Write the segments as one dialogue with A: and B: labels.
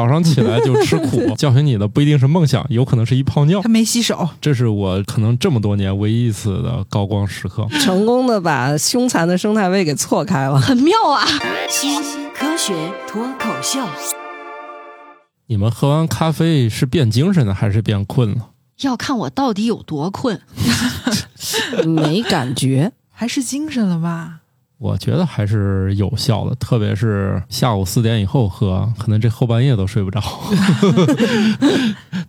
A: 早上起来就吃苦，教训你的不一定是梦想，有可能是一泡尿
B: 他。没洗手，
A: 这是我可能这么多年唯一一次的高光时刻。
C: 成功的把凶残的生态位给错开了。
D: 很妙啊！
E: 新科学脱口秀，
A: 你们喝完咖啡是变精神的还是变困了？
D: 要看我到底有多困。
C: 没感觉，
B: 还是精神了吧？
A: 我觉得还是有效的，特别是下午四点以后喝，可能这后半夜都睡不着。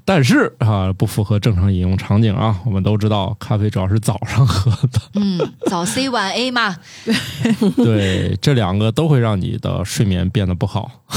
A: 但是啊，不符合正常饮用场景啊。我们都知道，咖啡主要是早上喝的，
D: 嗯，早 C 晚 A 嘛，
A: 对，这两个都会让你的睡眠变得不好。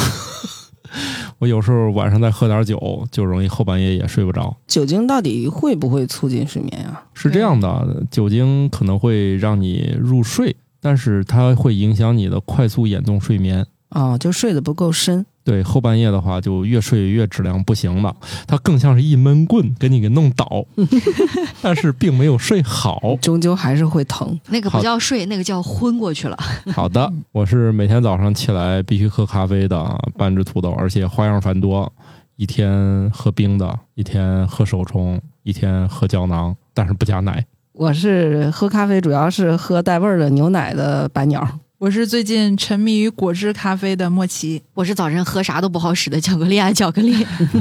A: 我有时候晚上再喝点酒，就容易后半夜也睡不着。
C: 酒精到底会不会促进睡眠啊呀、
A: 是这样的，酒精可能会让你入睡，但是它会影响你的快速眼动睡眠。
C: 哦，就睡得不够深。
A: 对，后半夜的话就越睡越质量不行了，它更像是一闷棍给你给弄倒，但是并没有睡好。
C: 终究还是会疼。
D: 那个
A: 好
D: 不叫睡，那个叫昏过去了。
A: 好的，我是每天早上起来必须喝咖啡的啊，半只土豆，而且花样繁多，一天喝冰的，一天喝手冲，一天喝胶囊，但是不加奶。
C: 我是喝咖啡，主要是喝带味儿的牛奶的白鸟。
B: 我是最近沉迷于果汁咖啡的莫奇，
D: 我是早晨喝啥都不好使的巧克力啊，巧克力。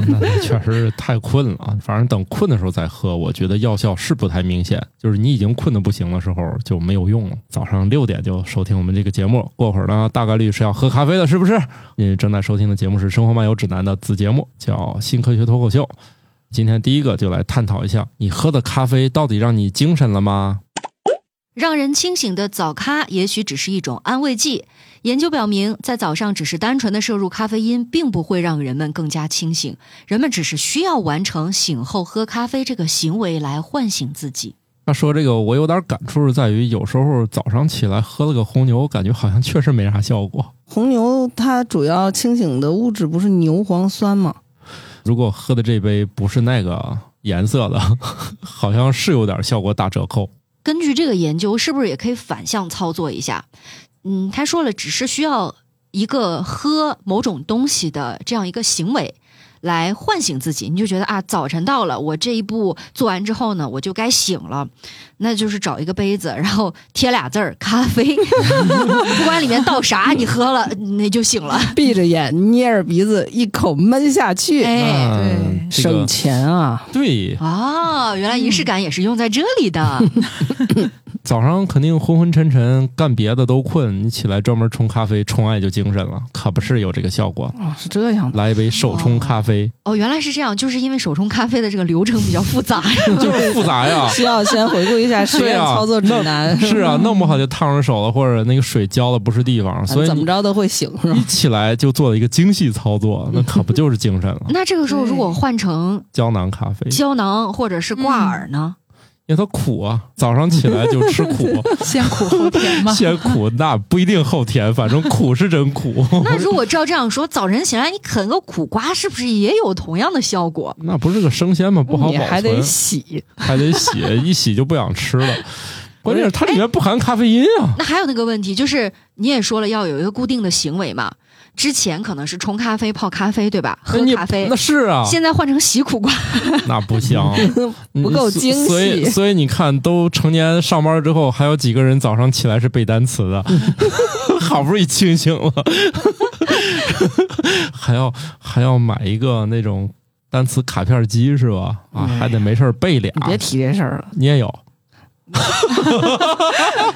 A: 那确实太困了啊，反正等困的时候再喝，我觉得药效是不太明显。就是你已经困得不行的时候就没有用了。早上六点就收听我们这个节目，过会儿呢大概率是要喝咖啡的，是不是？你正在收听的节目是《生活漫游指南》的子节目，叫《新科学脱口秀》。今天第一个就来探讨一下，你喝的咖啡到底让你精神了吗？
D: 让人清醒的早咖也许只是一种安慰剂。研究表明，在早上只是单纯的摄入咖啡因，并不会让人们更加清醒。人们只是需要完成醒后喝咖啡这个行为来唤醒自己。
A: 那说这个，我有点感触是在于，有时候早上起来喝了个红牛，感觉好像确实没啥效果。
C: 红牛它主要清醒的物质不是牛磺酸吗？
A: 如果喝的这杯不是那个颜色的， 好像是有点效果打折扣。
D: 根据这个研究，是不是也可以反向操作一下？嗯，他说了，只是需要一个喝某种东西的这样一个行为。来唤醒自己，你就觉得啊，早晨到了，我这一步做完之后呢，我就该醒了。那就是找一个杯子，然后贴俩字儿“咖啡”， 不管里面倒啥，你喝了那就醒了。
C: 闭着眼，捏着鼻子，一口闷下去，
D: 哎，
A: 嗯这
C: 省
A: 个
C: 钱啊！
A: 对，
D: 哦，原来仪式感也是用在这里的。
A: 早上肯定昏昏沉沉，干别的都困，你起来专门冲咖啡，冲爱就精神了，可不是有这个效果。
C: 哦，是这样的。
A: 来一杯手冲咖啡，
D: 哦，原来是这样，就是因为手冲咖啡的这个流程比较复杂。
A: 就是复杂 呀。
C: 需要先回顾一下实
A: 对
C: 验
A: 啊
C: 哦操作指南，
A: 是 啊，弄不好就烫着手了，或者那个水浇的不是地方，所以
C: 怎么
A: 你
C: 着都会醒是吧
A: 一？起来就做了一个精细操作，那可不就是精神 了？
D: 那这个时候如果换成
A: 胶囊咖啡，
D: 胶囊或者是挂耳
A: 嗯
D: 呢？
A: 因为它苦啊，早上起来就吃苦，
B: 先苦后 甜嘛。
A: 先苦那不一定后甜，反正苦是真 苦。
D: 那如果照这样说，早晨醒来你啃个苦瓜，是不是也有同样的效果？
A: 那不是个生鲜吗？不好保
C: 你
A: 存，
C: 还得洗，
A: 还得洗，一洗就不想吃了。 关键是
C: 哎
A: 它里面不含咖啡因啊，
D: 那还有那个问题，就是你也说了要有一个固定的行为嘛。之前可能是冲咖啡、泡咖啡，对吧？喝
A: 那你
D: 咖啡
A: 那，是啊，
D: 现在换成洗苦瓜，
A: 那不行，
C: 不够精细
A: 所 以所以你看，都成年上班之后，还有几个人早上起来是背单词的， 好不容易清醒了，还要还要买一个那种单词卡片机是吧？啊，还得没事儿背俩
C: 哎你，别提这事儿了，
A: 你也有。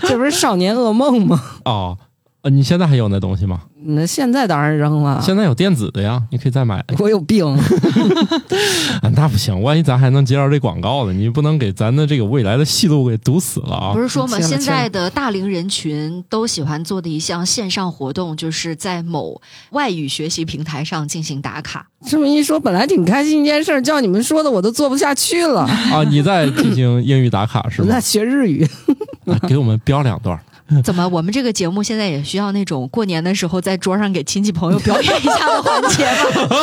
C: 这不是少年噩梦吗？
A: 哦，呃，你现在还有那东西吗？
C: 那现在当然扔
D: 啊
C: 了，
A: 现在有电子的呀，你可以再买。
C: 我有病，
A: 啊，那不行，万一咱还能接到这广告呢，你不能给咱的这个未来的戏路给堵死了啊
D: 不！是说嘛，
C: 切了
D: 现
C: 切了
D: 在的大龄人群都喜欢做的一项线上活动，就是在某外语学习平台上进行打卡。
C: 这么一说，本来挺开心一件事儿，叫你们说的我都做不下去了。
A: 啊，你在进行英语打卡是
C: 我
A: 吗
C: 在？学日 语，
A: 啊给我们标两段儿。
D: 怎么，我们这个节目现在也需要那种过年的时候在桌上给亲戚朋友表演一下的环节吗？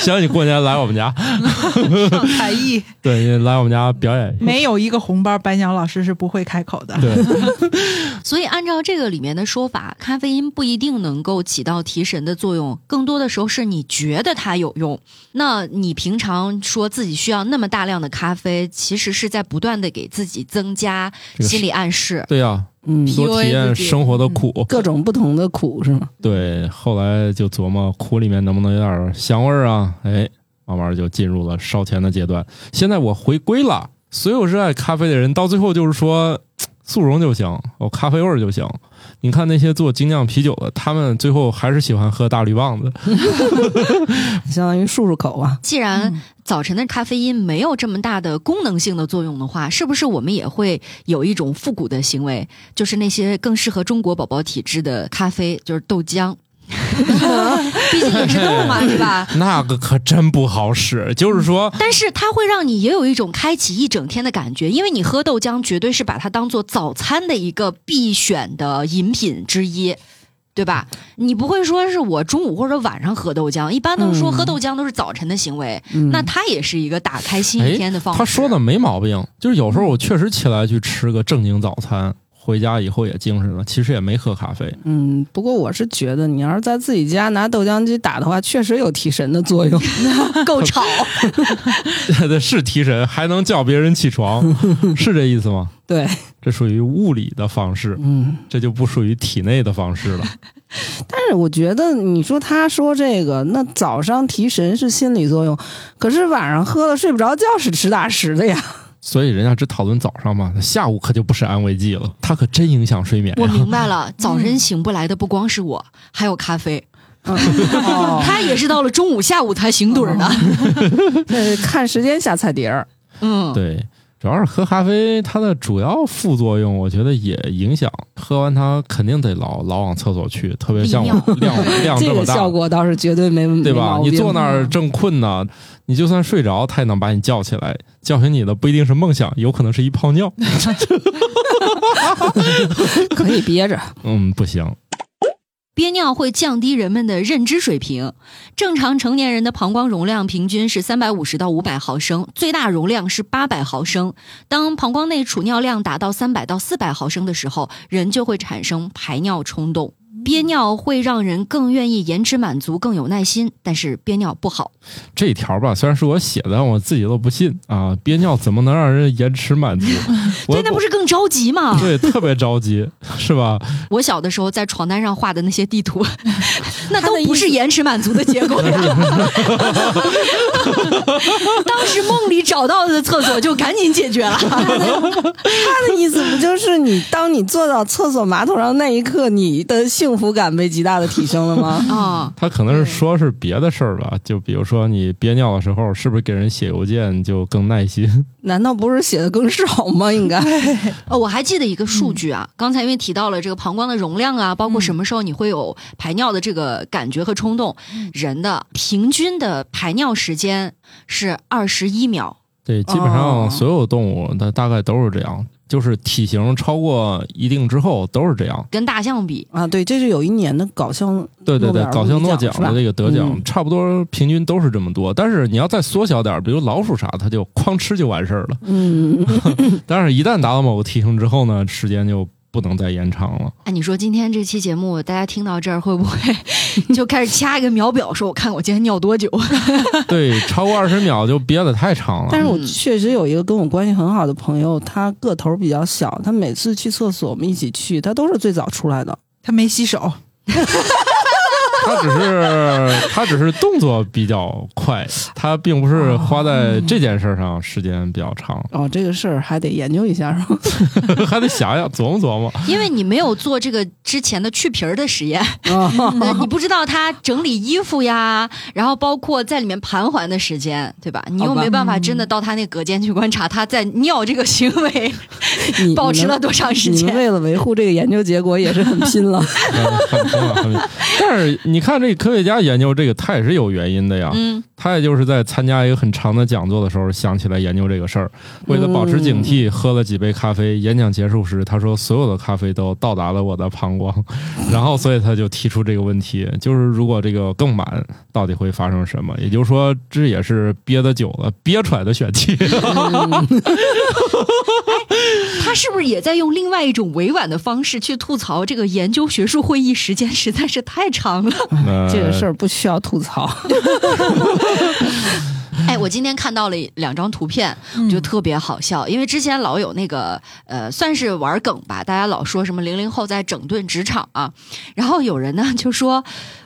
A: 行，你过年来我们家，
B: 上才艺，
A: 对，你来我们家表演。
B: 没有一个红包白鸟老师是不会开口的。
A: 对，
D: 所以，按照这个里面的说法，咖啡因不一定能够起到提神的作用，更多的时候是你觉得它有用。那你平常说自己需要那么大量的咖啡，其实是在不断的给自己增加
A: 这个是
D: 心理暗示。
A: 对呀、
C: 嗯，
A: 多体验生活
D: 嗯
A: 的苦。
C: 各种不同的苦是吗？
A: 对，后来就琢磨苦里面能不能有点香味儿啊？哎，慢慢就进入了烧钱的阶段。现在我回归了，所有热爱咖啡的人到最后就是说，速溶就行，哦，咖啡味儿就行。你看那些做精酿啤酒的，他们最后还是喜欢喝大绿棒子。
C: 相当于漱漱口啊。
D: 既然早晨的咖啡因没有这么大的功能性的作用的话，是不是我们也会有一种复古的行为，就是那些更适合中国宝宝体质的咖啡，就是豆 浆， 毕竟也是豆嘛，是吧？
A: 那个可真不好使，就是说，
D: 但是它会让你也有一种开启一整天的感觉，因为你喝豆浆绝对是把它当做早餐的一个必选的饮品之一。对吧？你不会说是我中午或者晚上喝豆浆，一般都是说
C: 嗯
D: 喝豆浆都是早晨的行为。
C: 嗯、
D: 那它也是一个打开新一天的方式。
A: 哎他说的没毛病，就是有时候我确实起来去吃个正经早餐，回家以后也精神了，其实也没喝咖啡。
C: 嗯，不过我是觉得，你要是在自己家拿豆浆机打的话，确实有提神的 作用。
D: 够吵，
A: 是提神，还能叫别人起床，是这意思吗？
C: 对，
A: 这属于物理的方式，
C: 嗯，
A: 这就不属于体内的方式了。
C: 但是我觉得你说他说这个，那早上提神是心理作用，可是晚上喝了睡不着觉是实打实 的呀。
A: 所以人家只讨论早上嘛，下午可就不是安慰剂了，它可真影响睡眠
D: 我
A: 呀。
D: 明白了。早晨醒不来的不光是我，还有咖啡，
C: 嗯哦，
D: 它也是到了中午、下午才醒盹儿的。
C: 这呃看时间下菜碟儿。
D: 嗯，
A: 啊对，主要是喝咖啡，它的主要副作用，我觉得也影响。喝完它肯定得老老往厕所去，特别像我量 量
C: 这
A: 这
C: 个
A: 么大，
C: 效果倒是绝对没
A: 对
C: 没
A: 吧
C: 毛？
A: 你
C: 病嗯
A: 坐那儿正困呢，你就算睡着，它也能把你叫起来。叫醒你的不一定是梦想，有可能是一泡尿。
C: 可以憋着，
A: 嗯，不行，
D: 憋尿会降低人们的认知水平。正常成年人的膀胱容量平均是三百五十到五百毫升，最大容量是八百毫升。当膀胱内储尿量达到三百到四百毫升的时候，人就会产生排尿冲动。憋尿会让人更愿意延迟满足，更有耐心，但是憋尿不好。
A: 这条吧，虽然是我写的，我自己都不信啊！憋尿怎么能让人延迟 满足？我
D: 对，那不是更着急
C: 啊
D: 吗？
A: 对，特别着急，是吧？
D: 我小的时候在床单上画的那些地图，那
C: 他
D: 都
C: 的
D: 不
C: 意思
D: 是延迟满足的结果呀。当时梦里找到的厕所就赶紧解决了。
C: 他的意思不就是你当你坐到厕所马桶上那一刻，你的幸福感被极大的提升了吗？
D: 啊、
A: 他可能是说是别的事儿吧，就比如说你憋尿的时候，是不是给人写邮件就更耐心？
C: 难道不是写的更少吗？应该
D: 呃，我还记得一个数据啊，刚才因为提到了这个膀胱的容量啊，包括什么时候你会有排尿的这个感觉和冲动，人的平均的排尿时间是二十一秒。
A: 对，基本
C: 哦
A: 上所有动物它大概都是这样，就是体型超过一定之后都是这样。
D: 跟大象 比，
C: 啊，对，这是有一年的搞笑
A: 对对对
C: 诺贝，尔
A: 搞笑诺
C: 物理奖
A: 奖
C: 是吧
A: 的这个得奖，
C: 嗯
A: 差不多平均都是这么多。但是你要再缩小点儿，比如老鼠啥，它就哐吃就完事儿了。
C: 嗯，
A: 但是，一旦达到某个提升之后呢，时间就不能再延长了。
D: 哎，你说今天这期节目，大家听到这儿会不 会就开始掐一个秒表，说我看我今天尿多久？
A: 对，超过二十秒就憋得太长了。
C: 但是我
D: 嗯
C: 确实有一个跟我关系很好的朋友，他个头比较小，他每次去厕所我们一起去，他都是最早出来的。
B: 他没洗手，
A: 他只是他只是动作比较快，他并不是花在这件事上时间比较长，
C: 哦，这个事儿还得研究一下，是 吧？
A: 还得想想琢磨琢磨。
D: 因为你没有做这个之前的去皮儿的实 验，
C: 啊
D: 呃你不知道它整理衣服呀，然后包括在里面盘桓的时间，对吧？你又
C: 好吧嗯
D: 没办法真的到他那隔间去观察他在尿这个行为
C: 你
D: 保持了。多长时
C: 你们你们
D: 间。
C: 为了维护这个研究结果也是很拼了，
A: 嗯很很很但是你你看这科学家研究这个，他也是有原因的呀。
D: 嗯，
A: 他也就是在参加一个很长的讲座的时候想起来研究这个事儿，
C: 嗯
A: 为了保持警惕，喝了几杯咖啡。演讲结束时，他说所有的咖啡都到达了我的膀 胱，然后所以他就提出这个问题，就是如果这个更满，到底会发生什么？也就是说，这也是憋得久了憋出来的选 题。
D: 他是不是也在用另外一种委婉的方式去吐槽这个研究学术会议时间实在是太长了？
A: 呃
C: 这个事儿不需要 吐槽。
D: 哎，我今天看到了两张图片，
B: 嗯
D: 我觉得特别好笑，因为之前老有那个呃，算是玩梗吧，大家老说什么零零后在整顿职场啊，然后有人呢就说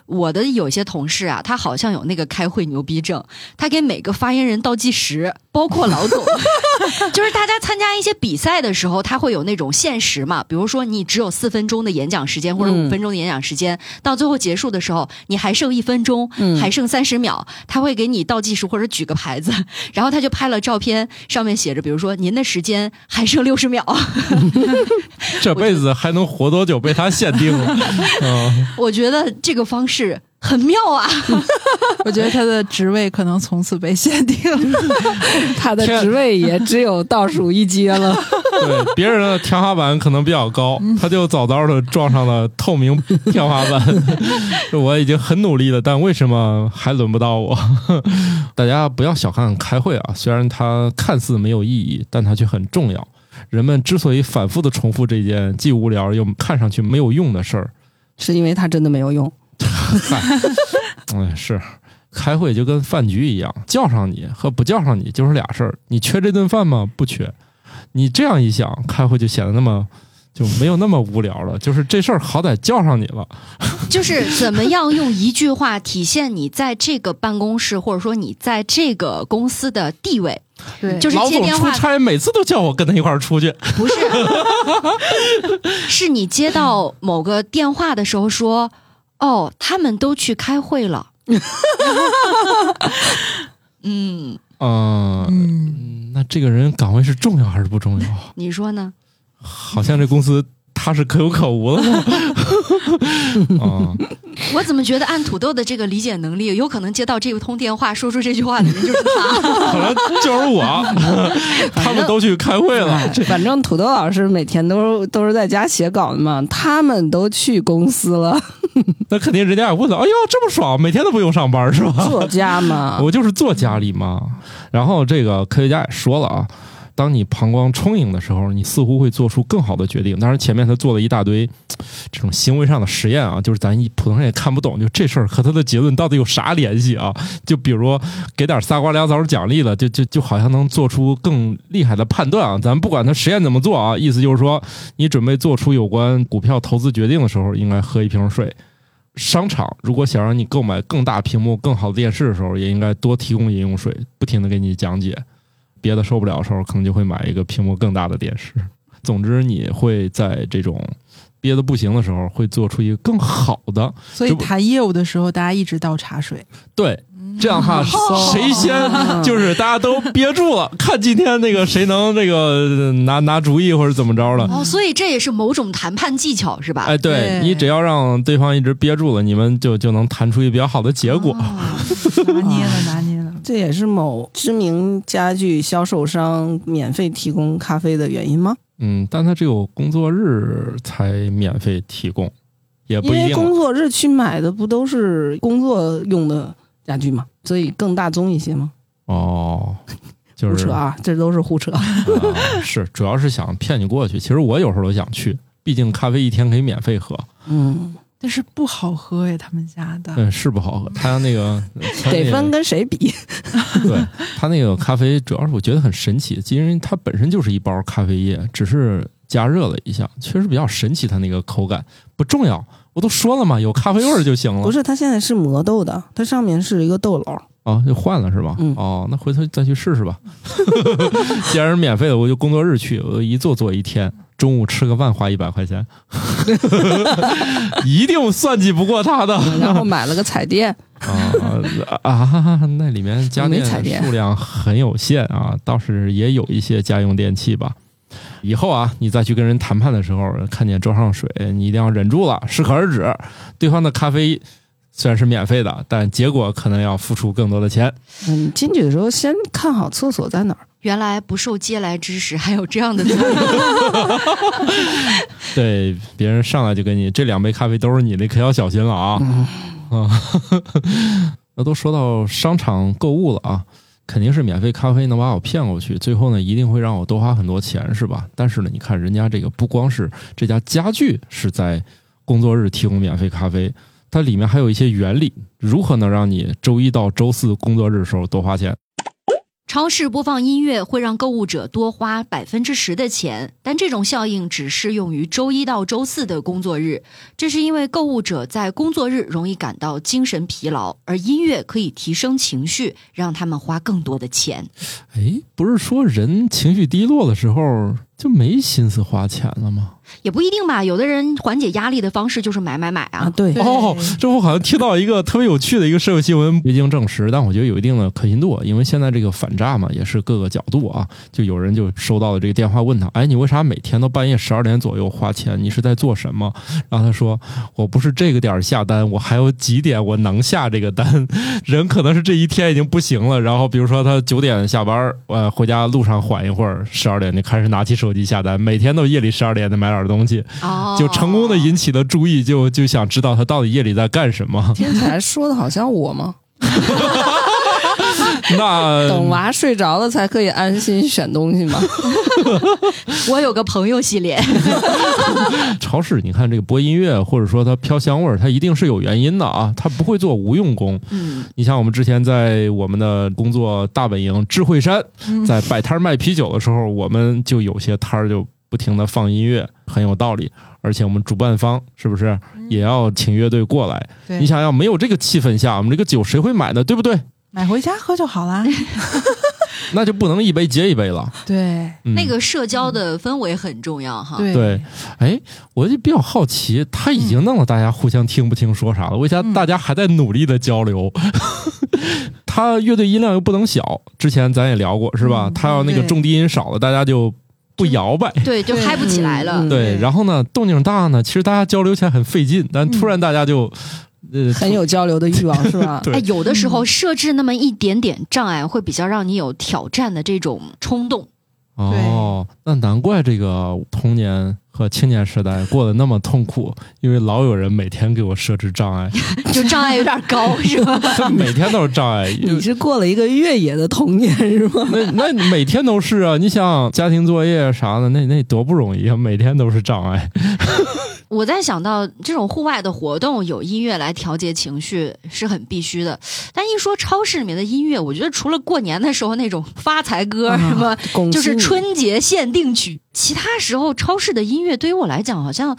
D: 我的有些同事啊，他好像有那个开会牛逼症，他给每个发言人倒计时，包括老总， 就是大家参加一些比赛的时候，他会有那种限时嘛，比如说你只有四分钟的演讲时间或者
C: 嗯
D: 五分钟的演讲时间，到最后结束的时候，你还剩一分钟，
C: 嗯
D: 还剩三十秒，他会给你倒计时或者举个牌子， 然后他就拍了照片，上面写着，比如说您的时间还剩六十秒。
A: 这辈子还能活多久被他限定了。嗯，
D: 我觉得这个方式很妙啊！
B: 我觉得他的职位可能从此被限定了。
C: 他的
A: 天
C: 职位也只有倒数一阶 了。
A: 对，别人的天花板可能比较高，他就早早的撞上了透明天花板。 我已经很努力了，但为什么还轮不到我？ 大家不要小看开会啊，虽然它看似没有意义，但它却很重要。人们之所以反复的重复这件既无聊又看上去没有用的事儿，
C: 是因为他真的没有用。
A: 嗨，哎，是开会就跟饭局一样，叫上你和不叫上你就是俩事儿。你缺这顿饭吗？不缺。你这样一想，开会就显得那么就没有那么无聊了。就是这事儿好歹叫上你了，
D: 就是怎么样用一句话体现你在这个办公室，或者说你在这个公司的地位，
B: 对
D: 就是
A: 老
D: 接
A: 总
D: 电
A: 出
D: 话
A: 差每次都叫我跟他一块儿出去，
D: 不是，是你接到某个电话的时候说，哦，他们都去开会了。 嗯，
A: 嗯、
B: 嗯，
A: 那这个人岗位是重要还是不重要？
D: 你说呢？
A: 好像这公司他是可有可无 了。啊、
D: 我怎么觉得按土豆的这个理解能力，有可能接到这通电话说出这句话的人就是他。
A: 可能就是 我，他们都去开会了
C: 哎。反正土豆老师每天都都是在家写稿的嘛，他们都去公司 了，
A: 那肯定人家也问了，哎呦，这么爽，每天都不用上班是吧？
C: 作家嘛。
A: 我就是坐家里嘛。然后这个科学家也说了啊，当你膀胱充盈的时候，你似乎会做出更好的决定。当然，前面他做了一大堆嘖这种行为上的实验啊，就是咱一普通人也看不懂，就这事儿和他的结论到底有啥联系啊？就比如给点仨瓜俩枣奖励了，就就就好像能做出更厉害的判断啊。咱不管他实验怎么做啊，意思就是说，你准备做出有关股票投资决定的时候，应该喝一瓶水。商场如果想让你购买更大屏幕、更好的电视的时候，也应该多提供饮用水，不停的给你讲解。憋得受不了的时候，可能就会买一个屏幕更大的电视。总之，你会在这种憋得不行的时候，会做出一个更好的。
B: 所以谈业务的时候，大家一直倒茶水。
A: 对，这样的话，谁先
C: 嗯
A: 就是大家都憋住了，看今天那个谁能那个呃拿拿主意或者怎么着了。
D: 哦，所以这也是某种谈判技巧，是吧？
A: 哎，对
B: 对
A: 你只要让对方一直憋住了，你们就就能谈出一个比较好的结果。
D: 哦
B: 拿捏
A: 啊
B: 了，拿捏了。
C: 这也是某知名家具销售商免费提供咖啡的原因吗？
A: 嗯，但它只有工作日才免费提供，也
C: 因
A: 不一
C: 为
A: 定啊
C: 工
A: 了。
C: 作日去买的不都是工作用的家具吗？所以更大宗一些吗？
A: 哦，就
C: 胡
A: 是
C: 扯啊，这都是胡扯。
A: 啊是主要是想骗你过去。其实我有时候都想去，毕竟咖啡一天可以免费喝，
C: 嗯，
B: 但是不好喝哎呀，他们家的。
A: 嗯，是不好喝。它那 个它那
C: 得
A: 个
C: 分跟谁比。
A: 对它那个咖啡，主要是我觉得很神奇，因为它本身就是一包咖啡液，只是加热了一下，确实比较神奇。它那个口感不重要，我都说了嘛，有咖啡味儿就行了
C: 不。是，它现在是磨豆的，它上面是一个豆 篓。
A: 哦，就换了是吧？
C: 嗯
A: 哦，那回头再去试试吧。 既然是免费的，我就工作日去，我一坐坐一天，中午吃个饭花一百块钱， 一定算计不过他的
C: 嗯然后买了个彩电，
A: 啊啊！那里面家
C: 没彩
A: 电
C: 电
A: 数量很有限啊，倒是也有一些家用电器吧。以后啊，你再去跟人谈判的时候，看见桌上水，你一定要忍住了，适可而止。对方的咖啡虽然是免费的，但结果可能要付出更多的钱。
C: 嗯，进去的时候先看好厕所在哪儿。
D: 原来不受嗟来之食还有这样的作用，
A: 对，别人上来就给你这两杯咖啡都是你的，可要小心了啊！
C: 嗯
A: 啊， 那都说到商场购物了啊，肯定是免费咖啡能把我骗过去，最后呢一定会让我多花很多钱，是吧？但是呢，你看人家这个不光是这家家具是在工作日提供免费咖啡，它里面还有一些原理，如何能让你周一到周四工作日的时候多花钱？
D: 超市播放音乐会让购物者多花百分之十的钱，但这种效应只适用于周一到周四的工作日。这是因为购物者在工作日容易感到精神疲劳，而音乐可以提升情绪，让他们花更多的钱。
A: 哎，不是说人情绪低落的时候就没心思花钱了吗？
D: 也不一定吧，有的人缓解压力的方式就是买买买
C: 啊，
D: 啊。
C: 对，
B: 对
A: 哦， 这我好像听到一个特别有趣的一个社会新闻，未经证实，但我觉得有一定的可信度，因为现在这个反诈嘛，也是各个角度啊，就有人就收到了这个电话，问他，哎，你为啥每天都半夜十二点左右花钱？你是在做什么？然后他说，我不是这个点儿下单，我还有几点我能下这个单， 人可能是这一天已经不行了，然后比如说他九点下班儿，呃，回家路上缓一会儿，十二点就开始拿起手机下单，每天都夜里十二点得买点儿东西，
D: 哦，
A: 嗯就成功的 引起了注意，就就想知道他到底夜里在干什 么。
C: 天才说的好像 我吗？等
A: 那
C: 娃睡着了才可以安心选东西嘛。
D: 我有个朋友系列，
A: 超市，你看这个播音乐，或者说它飘香味儿，它一定是有原因的啊，它不会做无用功。
D: 嗯，
A: 你像我们之前在我们的工作大本营智慧山，
D: 嗯
A: 在摆摊儿卖啤酒的时候，我们就有些摊儿就不停的放音乐，很有道理。而且我们主办方是不是
D: 嗯
A: 也要请乐队过来？
B: 对
A: 你想要没有这个气氛下，我们这个酒谁会买呢？对不对？
B: 买回家喝就 好啦。
A: 那就不能一杯接一杯了。
B: 对
A: 嗯、
D: 那个社交的氛围很重要哈。
B: 对
A: 对，哎，我就比较好奇，他已经弄得大家互相听不清说啥了，为啥
B: 嗯
A: 大家还在努力的交流？ 他乐队音量又不能小，之前咱也聊过是吧？
B: 嗯
A: 他要那个
B: 对
A: 重低音少了，大家就不摇摆。
D: 对，就
B: 对
D: 嗨不起来了。
C: 嗯
A: 对，
B: 对
A: 然后呢，动静大呢，其实大家交流起来很费劲，但突然大家就，呃，
C: 很有交流的欲望是吧？
A: 对
D: 哎，有的时候设置那么一点点障碍，会比较让你有挑战的这种冲 动。
A: 哦，那难怪这个童年和青年时代过得那么痛苦，因为老有人每天给我设置障碍，
D: 就障碍有点高，是 吧？
A: 他每天都是障碍。
C: 你是过了一个越野的童年是 吗？
A: 那那每天都是啊！你想家庭作业啥的，那那多不容易啊，每天都是障碍。
D: 我在想到这种户外的活动有音乐来调节情绪是很必须的，但一说超市里面的音乐，我觉得除了过年的时候那种发财歌什么，
C: 拱
D: 就是
C: 心
D: 春节限定曲，其他时候超市的音乐对于我来讲好像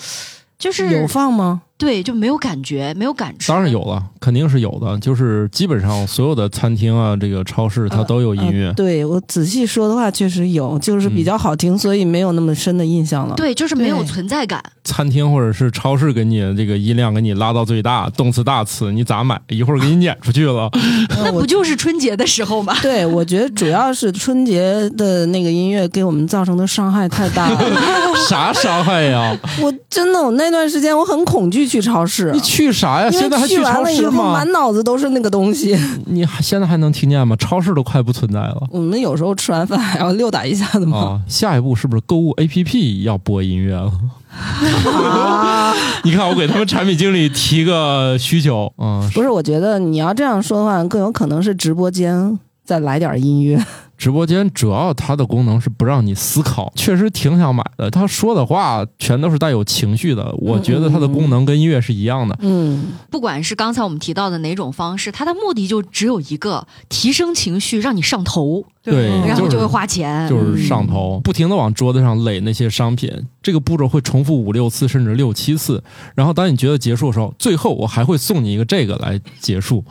D: 就是
C: 有放吗？
D: 对就没有感觉，没有感触。
A: 当然有了，肯定是有的。就是基本上所有的餐厅啊，这个超市它都有音乐
C: 呃。对我仔细说的话，确实有，就是比较好听，所以没有那么深的印象了。
D: 对，就是没有
B: 对
D: 存在感。
A: 餐厅或者是超市给你这个音量给你拉到最大，动次大次，你咋买？一会儿给你撵出去 了。
C: 那
D: 那
C: 我
D: 不就是春节的时候吗？
C: 对，我觉得主要是春节的那个音乐给我们造成的伤害太 大了。
A: 啥伤害呀？
C: 我真的，我那段时间我很恐惧去超市
A: 你，去啥呀？现
C: 因
A: 在还
C: 为去完
A: 超
C: 了以
A: 市
C: 后
A: 吗
C: 满？脑子都是那个东西。
A: 你还现在还能听见吗？超市都快不存在了。
C: 我们有时候吃完饭还要溜达一下子嘛。
A: 啊，下一步是不是购物 APP 要播音乐了？
C: 啊，
A: 你看，我给他们产品经理提个需求，嗯，
C: 不是，我觉得你要这样说的话，更有可能是直播间再来点音乐。
A: 直播间主要它的功能是不让你思考，确实挺想买的。他说的话全都是带有情绪的，我觉得它的功能跟音乐是一样的。
C: 嗯，
D: 不管是刚才我们提到的哪种方式，它的目的就只有一个：提升情绪，让你上头，
A: 对嗯
D: 然后
A: 就是
D: 就会花钱。
A: 就是上头，不停的往桌子上垒那些商品，这个步骤会重复五六次，甚至六七次。然后当你觉得结束的时候，最后我还会送你一个这个来结束，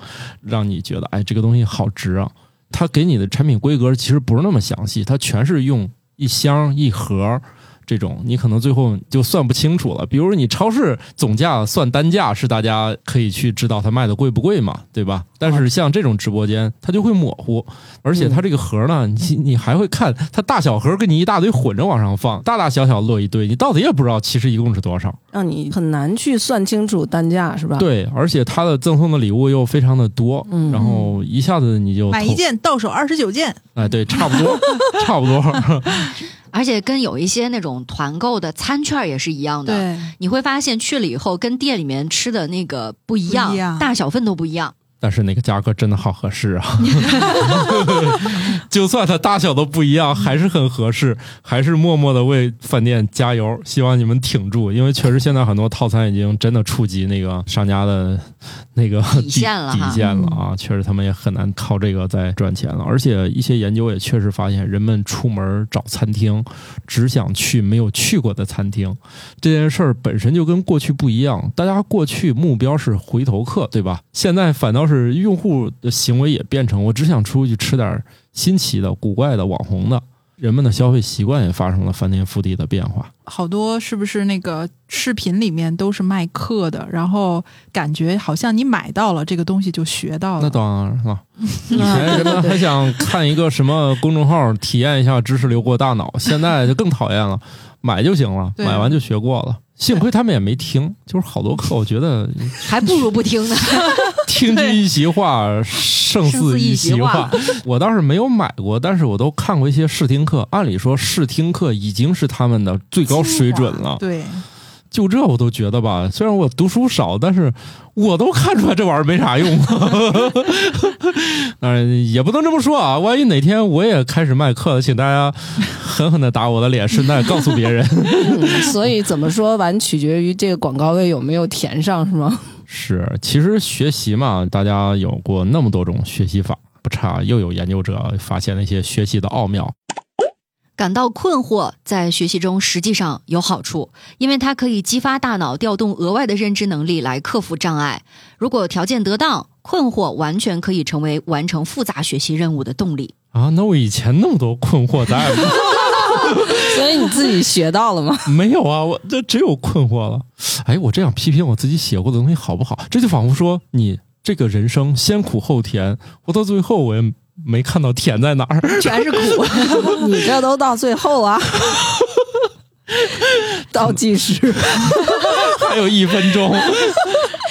A: 让你觉得哎，这个东西好值啊。它给你的产品规格其实不是那么详细，它全是用一箱一盒。这种，你可能最后就算不清楚了。比如你超市总价算单价是大家可以去知道它卖的贵不贵嘛，对吧？但是像这种直播间，它就会模糊，而且它这个盒呢，你你还会看它大小盒跟你一大堆混着往上放，大大小小摞一堆，你到底也不知道其实一共是多少。
C: 让你很难去算清楚单价，是吧？，
A: 对，而且它的赠送的礼物又非常的多，
C: 嗯
A: 然后一下子你就
B: 买
A: 投
B: 一件到手二十九件，
A: 哎，对，差不 多，差不多。
D: 而且跟有一些那种团购的餐券也是一样的。
B: 对，
D: 你会发现去了以后，跟店里面吃的那个不一
B: 不
D: 样，
B: 一样
D: 大小份都不一样。
A: 但是那个价格真的好合适啊！ 就算它大小都不一样，还是很合适，还是默默的为饭店加油。希望你们挺住，因为确实现在很多套餐已经真的触及那个商家的那个
D: 底线了嗯
A: 底
D: 哈
A: 线了啊！确实他们也很难靠这个再赚钱了。而啊且一些研究也确实发现，人们出门找餐厅，只想去没有去过的餐厅。这件事儿本身就跟过去不一样，大家过去目标是回头客，对吧？现在反倒是用户的行为也变成我只想出去吃点儿新奇的、古怪的、网红的，人们的消费习惯也发生了翻天覆地的变化。
B: 好多是不是那个视频里面都是卖课的，然后感觉好像你买到了这个东西就学到
A: 那
B: 了。
A: 当然 了，以前人们还想看一个什么公众号，体验一下知识流过大脑，现在就更讨厌 了，买就行了，
B: 对
A: 买完就学过了。幸亏他们也没听，就是好多课，我觉得
D: 还不如不听呢。
A: 听君一席话， 胜似一席话。 我倒是没有买过，但是我都看过一些试听课。按理说，试听课已经是他们的最高水准了。
B: 对，
A: 就这我都觉得吧，虽然我读书少，但是我都看出来这玩意儿没啥用。 当然也不能这么说啊，万一哪天我也开始卖课了，请大家狠狠的打我的脸，顺带告诉别人。
C: 嗯所以怎么说完取决于这个广告位有没有填上，是吗？
A: 是，其实学习嘛，大家有过那么多种学习法，不差又有研究者发现了一些学习的奥妙。
D: 感到困惑，在学习中实际上有好处，因为它可以激发大脑调动额外的认知能力来克服障碍。如果条件得当，困惑完全可以成为完成复杂学习任务的动力。
A: 啊，那我以前那么多困惑，咱也
C: 所以你自己学到了吗？
A: 没有啊，我这只有困惑了。哎，我这样批评我自己写过的东西好不好？这就仿佛说你这个人生先苦后甜，我到最后我也没看到甜在哪儿。
D: 全是苦，
C: 你这都到最后 啊，倒计时，
A: 还有一分 钟，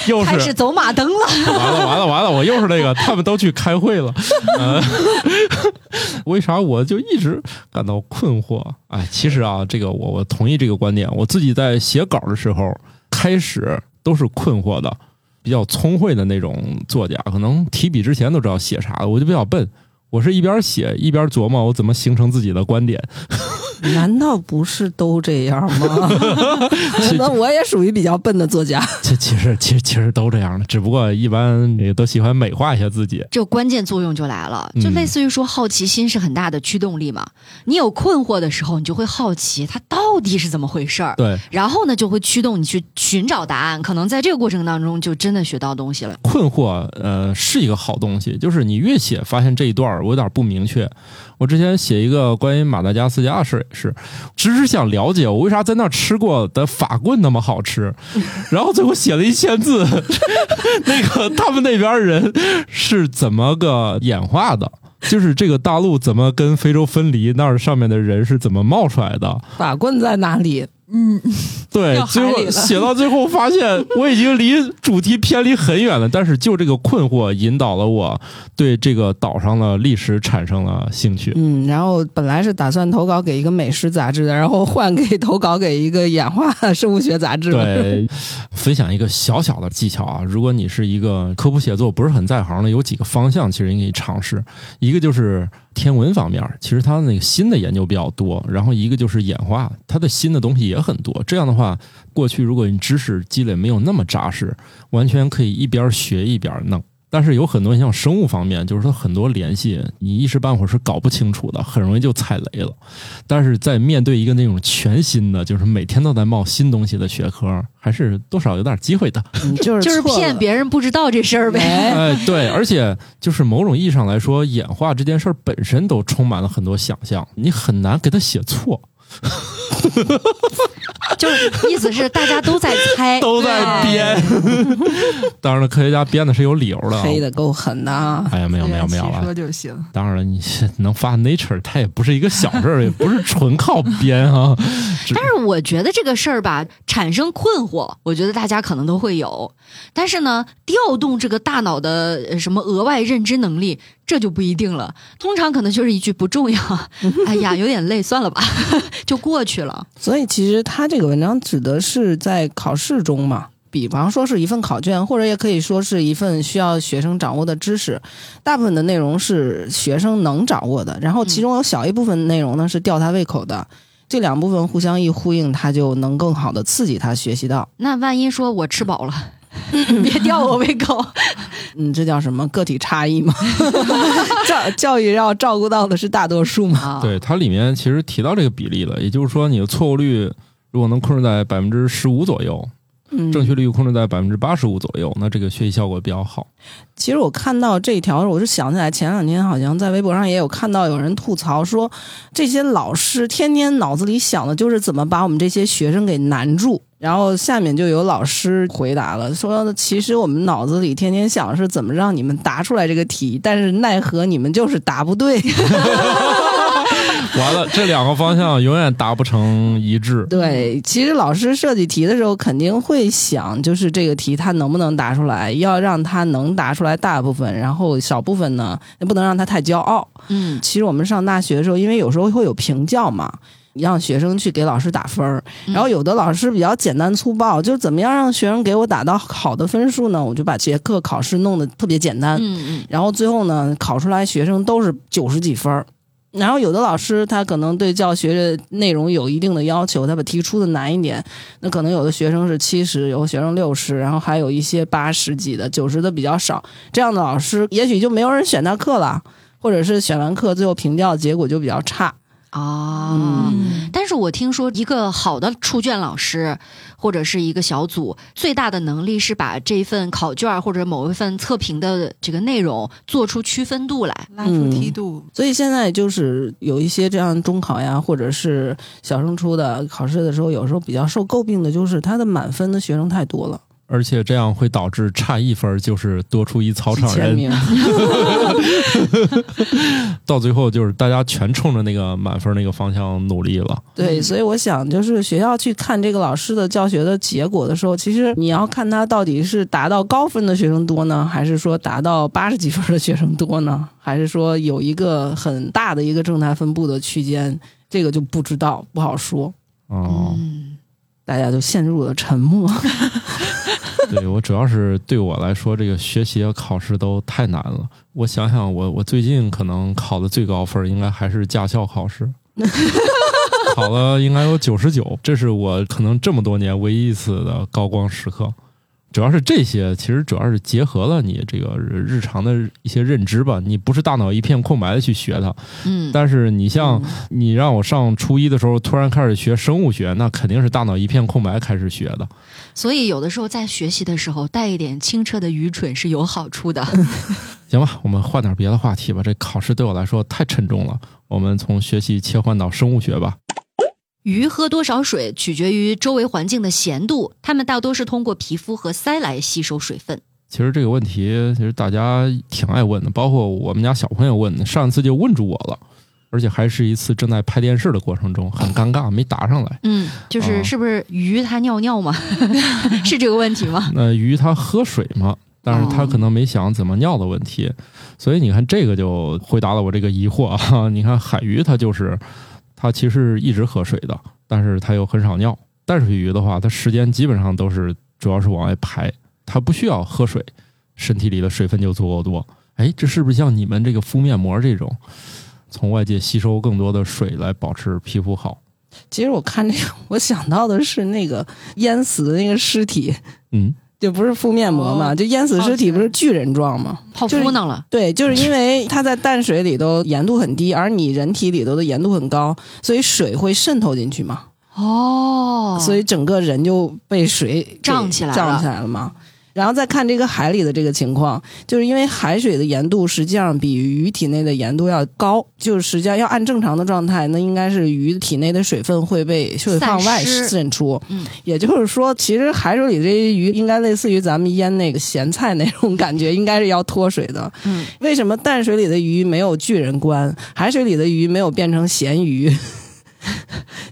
A: 又
D: 开始
A: 是
D: 走马灯了。
A: 完了完了完了，我又是那个，他们都去开会了。呃 为啥我就一直感到困惑？哎，其实啊，这个我我同意这个观点。我自己在写稿的时候，开始都是困惑的，比较聪慧的那种作家，可能提笔之前都知道写啥了，我就比较笨。我是一边写一边琢磨我怎么形成自己的观点，
C: 难道不是都这样吗？ 可能我也属于比较笨的作 家，
A: 这其实其实其实都这样的，只不过一般也都喜欢美化一下自己。
D: 这关键作用就来了，就
A: 嗯
D: 类似于说好奇心是很大的驱动力嘛。你有困惑的时候，你就会好奇它到底是怎么回事儿，
A: 对，
D: 然后呢就会驱动你去寻找答案。可能在这个过程当中，就真的学到东西了。
A: 困惑，呃，是一个好东西。就是你越写，发现这一段儿我有点不明确。我之前写一个关于马达加斯加的事儿也是，只是想了解我为啥在那儿吃过的法棍那么好吃， 然后最后写了一千字，那个他们那边儿人是怎么个演化的。就是这个大陆怎么跟非洲分离，那儿上面的人是怎么冒出来的？
C: 法棍在哪里？
B: 嗯，
A: 对
C: 掉，海
A: 最
C: 里
A: 后
C: 了
A: 写到最后发 现我已经离主题偏离很远了，但是就这个困惑引导了我对这个岛上的历史产生了兴趣。
C: 嗯，然后本来是打算投稿给一个美食杂志的，然后换给投稿给一个演化生物学杂志了。
A: 对，分享一个小小的技巧啊，如果你是一个科普写作不是很在行的，有几个方向其实你可以尝试，一个就是天文方面，其实它那个新的研究比较多，然后一个就是演化，它的新的东西也很多。这样的话，过去如果你知识积累没有那么扎实，完全可以一边学一边弄。但是有很多像生物方面，就是它很多联系，你一时半会儿是搞不清楚的，很容易就踩雷了。但是在面对一个那种全新的，就是每天都在冒新东西的学科，还是多少有点机会的。
C: 嗯，就是
D: 就是
C: 错了
D: 骗别人不知道这事儿呗。
C: 哎
A: 哎，对，而且就是某种意义上来说，演化这件事儿本身都充满了很多想象，你很难给它写错。
D: 就是意思是大家都在 猜，
A: 都在
D: 哎
A: 编。 当然了，科学家编的是有理由的啊。
C: 黑的够狠的啊！
A: 哎呀，没有没有没有
B: 自圆其
A: 了
B: 说。就行。
A: 当然了，你能发 Nature，它也不是一个小事儿，也不是纯靠编啊。
D: 但是我觉得这个事儿吧，产生困惑，我觉得大家可能都会有。但是呢，调动这个大脑的呃什么额外认知能力，这就不一定了。通常可能就是一句不重要，哎呀，有点累，算了吧， 就过去了。
C: 所以其实他这个文章指的是在考试中嘛，比方说是一份考卷，或者也可以说是一份需要学生掌握的知识。大部分的内容是学生能掌握的，然后其中有小一部分内容呢是吊他胃口的。这两部分互相一呼应，他就能更好的刺激他学习到。
D: 那万一说我吃饱了， 别吊我胃口，
C: 嗯，这叫什么个体差异 吗？教教育要照顾到的是大多数嘛。
D: 啊，
A: 对，它里面其实提到这个比例了，也就是说，你的错误率如果能控制在百分之十五左右，
C: 嗯，
A: 正确率控制在百分之八十五左右，那这个学习效果比较好。
C: 其实我看到这一条，我就想起来前两天好像在微博上也有看到有人吐槽说，这些老师天天脑子里想的就是怎么把我们这些学生给难住。然后下面就有老师回答了，说其实我们脑子里天天想的是怎么让你们答出来这个题，但是奈何你们就是答不对。
A: 完了，这两个方向永远达不成一致。
C: 对，其实老师设计题的时候肯定会想，就是这个题他能不能答出来，要让他能答出来大部分，然后少部分呢，不能让他太骄傲。
D: 嗯，
C: 其实我们上大学的时候，因为有时候会有评教嘛。让学生去给老师打分儿，
D: 嗯
C: 然后有的老师比较简单粗暴，就是怎么样让学生给我打到好的分数呢？我就把这节课考试弄得特别简单，
D: 嗯嗯
C: 然后最后呢，考出来学生都是九十几分儿。然后有的老师他可能对教学的内容有一定的要求，他把题出的难一点，那可能有的学生是七十，有的学生六十，然后还有一些八十几的、九十的比较少。这样的老师也许就没有人选他课了，或者是选完课最后评价结果就比较差。
D: 啊。
B: 嗯，
D: 但是我听说，一个好的出卷老师或者是一个小组，最大的能力是把这份考卷或者某一份测评的这个内容做出区分度来。
B: 拉出梯度，
C: 所以现在就是有一些这样中考呀，或者是小升初的考试的时候，有时候比较受诟病的就是他的满分的学生太多了，
A: 而且这样会导致差一分儿就是多出一草
C: 几
A: 场
C: 千
A: 人，
C: 名。
A: 到最后就是大家全冲着那个满分那个方向努力了。
C: 对，
B: 嗯
C: 所以我想，就是学校去看这个老师的教学的结果的时候，其实你要看他到底是达到高分的学生多呢，还是说达到八十几分的学生多呢，还是说有一个很大的一个正态分布的区间，这个就不知道，不好说。
A: 哦，
D: 嗯，
C: 大家就陷入了沉默。
A: 对我主要是对我来说，这个学习和考试都太难了。我想想我，我最近可能考的最高分儿应该还是驾校考 试，考了应该有九十九，这是我可能这么多年唯一一次的高光时刻。主要是这些，其实主要是结合了你这个日常的一些认知吧。你不是大脑一片空白的去学它，
D: 嗯，
A: 但是你像你让我上初一的时候突然开始学生物学，那肯定是大脑一片空白开始学的。
D: 所以有的时候在学习的时候，带一点清澈的愚蠢是有好处的。
A: 行吧，我们换点别的话题吧。这考试对我来说太沉重了，我们从学习切换到生物学吧。
D: 鱼喝多少水取决于周围环境的咸度，它们大多是通过皮肤和鳃来吸收水分。
A: 其实这个问题，其实大家挺爱问的，包括我们家小朋友问的，上一次就问住我了，而且还是一次正在拍电视的过程中，很尴尬，没答上来。
D: 嗯，就是、
A: 哦
D: 是不是鱼它尿尿吗？ 是这个问题吗？
A: 那呃鱼它喝水嘛，但是它可能没想怎么尿的问题，所以你看这个就回答了我这个疑惑啊。 你看海鱼它就是，它其实一直喝水的，但是它又很少尿。淡水鱼的话，它时间基本上都是主要是往外排，它不需要喝水，身体里的水分就足够多。哎，这是不是像你们这个敷面膜这种，从外界吸收更多的水来保持皮肤好？
C: 其实我看这个，我想到的是那个淹死的那个尸体，
A: 嗯，
C: 就不是敷面膜嘛，
B: 哦
C: 就淹死尸体
B: 哦
C: 不是巨人状吗？
D: 泡
C: 就是
D: 芙囊了。
C: 对，就是因为它在淡水里头盐度很低，而你人体里头的盐度很高，所以水会渗透进去嘛，
D: 哦，
C: 所以整个人就被水给
D: 胀起来了
C: 胀起来了嘛。然后再看这个海里的这个情况，就是因为海水的盐度实际上比鱼体内的盐度要高，就是实际上要按正常的状态，那应该是鱼体内的水分会被会放外
D: 散失
C: 渗出。
D: 嗯，
C: 也就是说，其实海水里这些鱼应该类似于咱们腌那个咸菜那种感觉，应该是要脱水的。
D: 嗯，
C: 为什么淡水里的鱼没有巨人观，海水里的鱼没有变成咸鱼？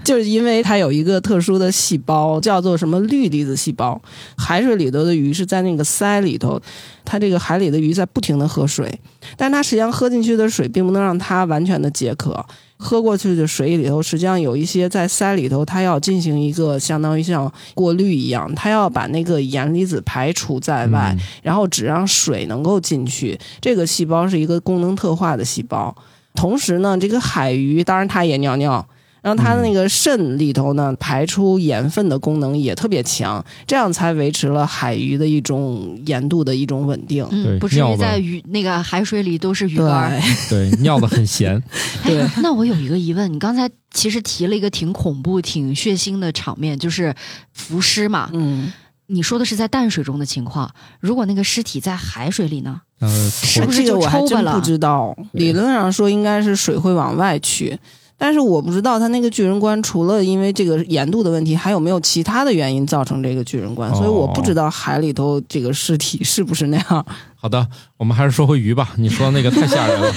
C: 就是因为它有一个特殊的细胞，叫做什么氯离子细胞。海水里头的鱼是在那个鳃里头，它这个海里的鱼在不停的喝水，但它实际上喝进去的水并不能让它完全的解渴。喝过去的水里头，实际上有一些在鳃里头，它要进行一个相当于像过滤一样，它要把那个盐离子排除在外，
A: 嗯
C: 然后只让水能够进去。这个细胞是一个功能特化的细胞。同时呢，这个海鱼当然它也尿尿，然后它的那个肾里头呢排出盐分的功能也特别强，这样才维持了海鱼的一种盐度的一种稳定。
A: 对
D: 嗯，不至
A: 尿
D: 于
A: 吧
D: 在鱼那个海水里都是鱼
C: 对
D: 竿儿。
A: 对，尿的很咸，
C: 对
D: 哎， 那我有一个疑问，你刚才其实提了一个挺恐怖、挺血腥的场面，就是浮尸嘛。
C: 嗯，
D: 你说的是在淡水中的情况，如果那个尸体在海水里呢？
A: 呃，
D: 是
A: 头
D: 不是
C: 这个
D: 就
C: 我还
D: 抽巴
C: 真
D: 了
C: 不知道，理论上说应该是水会往外去。但是我不知道它那个巨人观除了因为这个盐度的问题，还有没有其他的原因造成这个巨人观，所以我
D: 哦
C: 不知道海里头这个尸体是不是那样。
A: 好的，我们还是说回鱼 吧。你说那个太吓人了，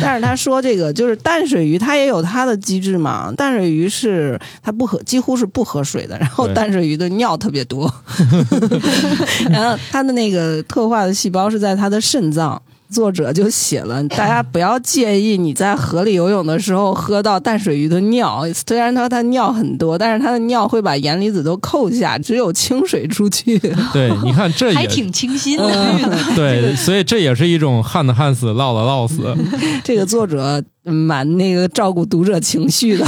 C: 但是他说这个就是淡水鱼，它也有它的机制嘛。淡水鱼是它不喝，几乎是不喝水的，然后
A: 对
C: 淡水鱼的尿特别多， 然后它的那个特化的细胞是在它的肾脏。作者就写了，大家不要介意你在河里游泳的时候喝到淡水鱼的尿。虽然它它尿很多，但是它的尿会把盐离子都扣下，只有清水出 去。
A: 对，你看这
D: 还
A: 也
D: 挺清新
C: 嗯
D: 的。
A: 对，所以这也是一种旱的旱死， 涝的涝死。
C: 这个作者嗯蛮那个照顾读者情绪的。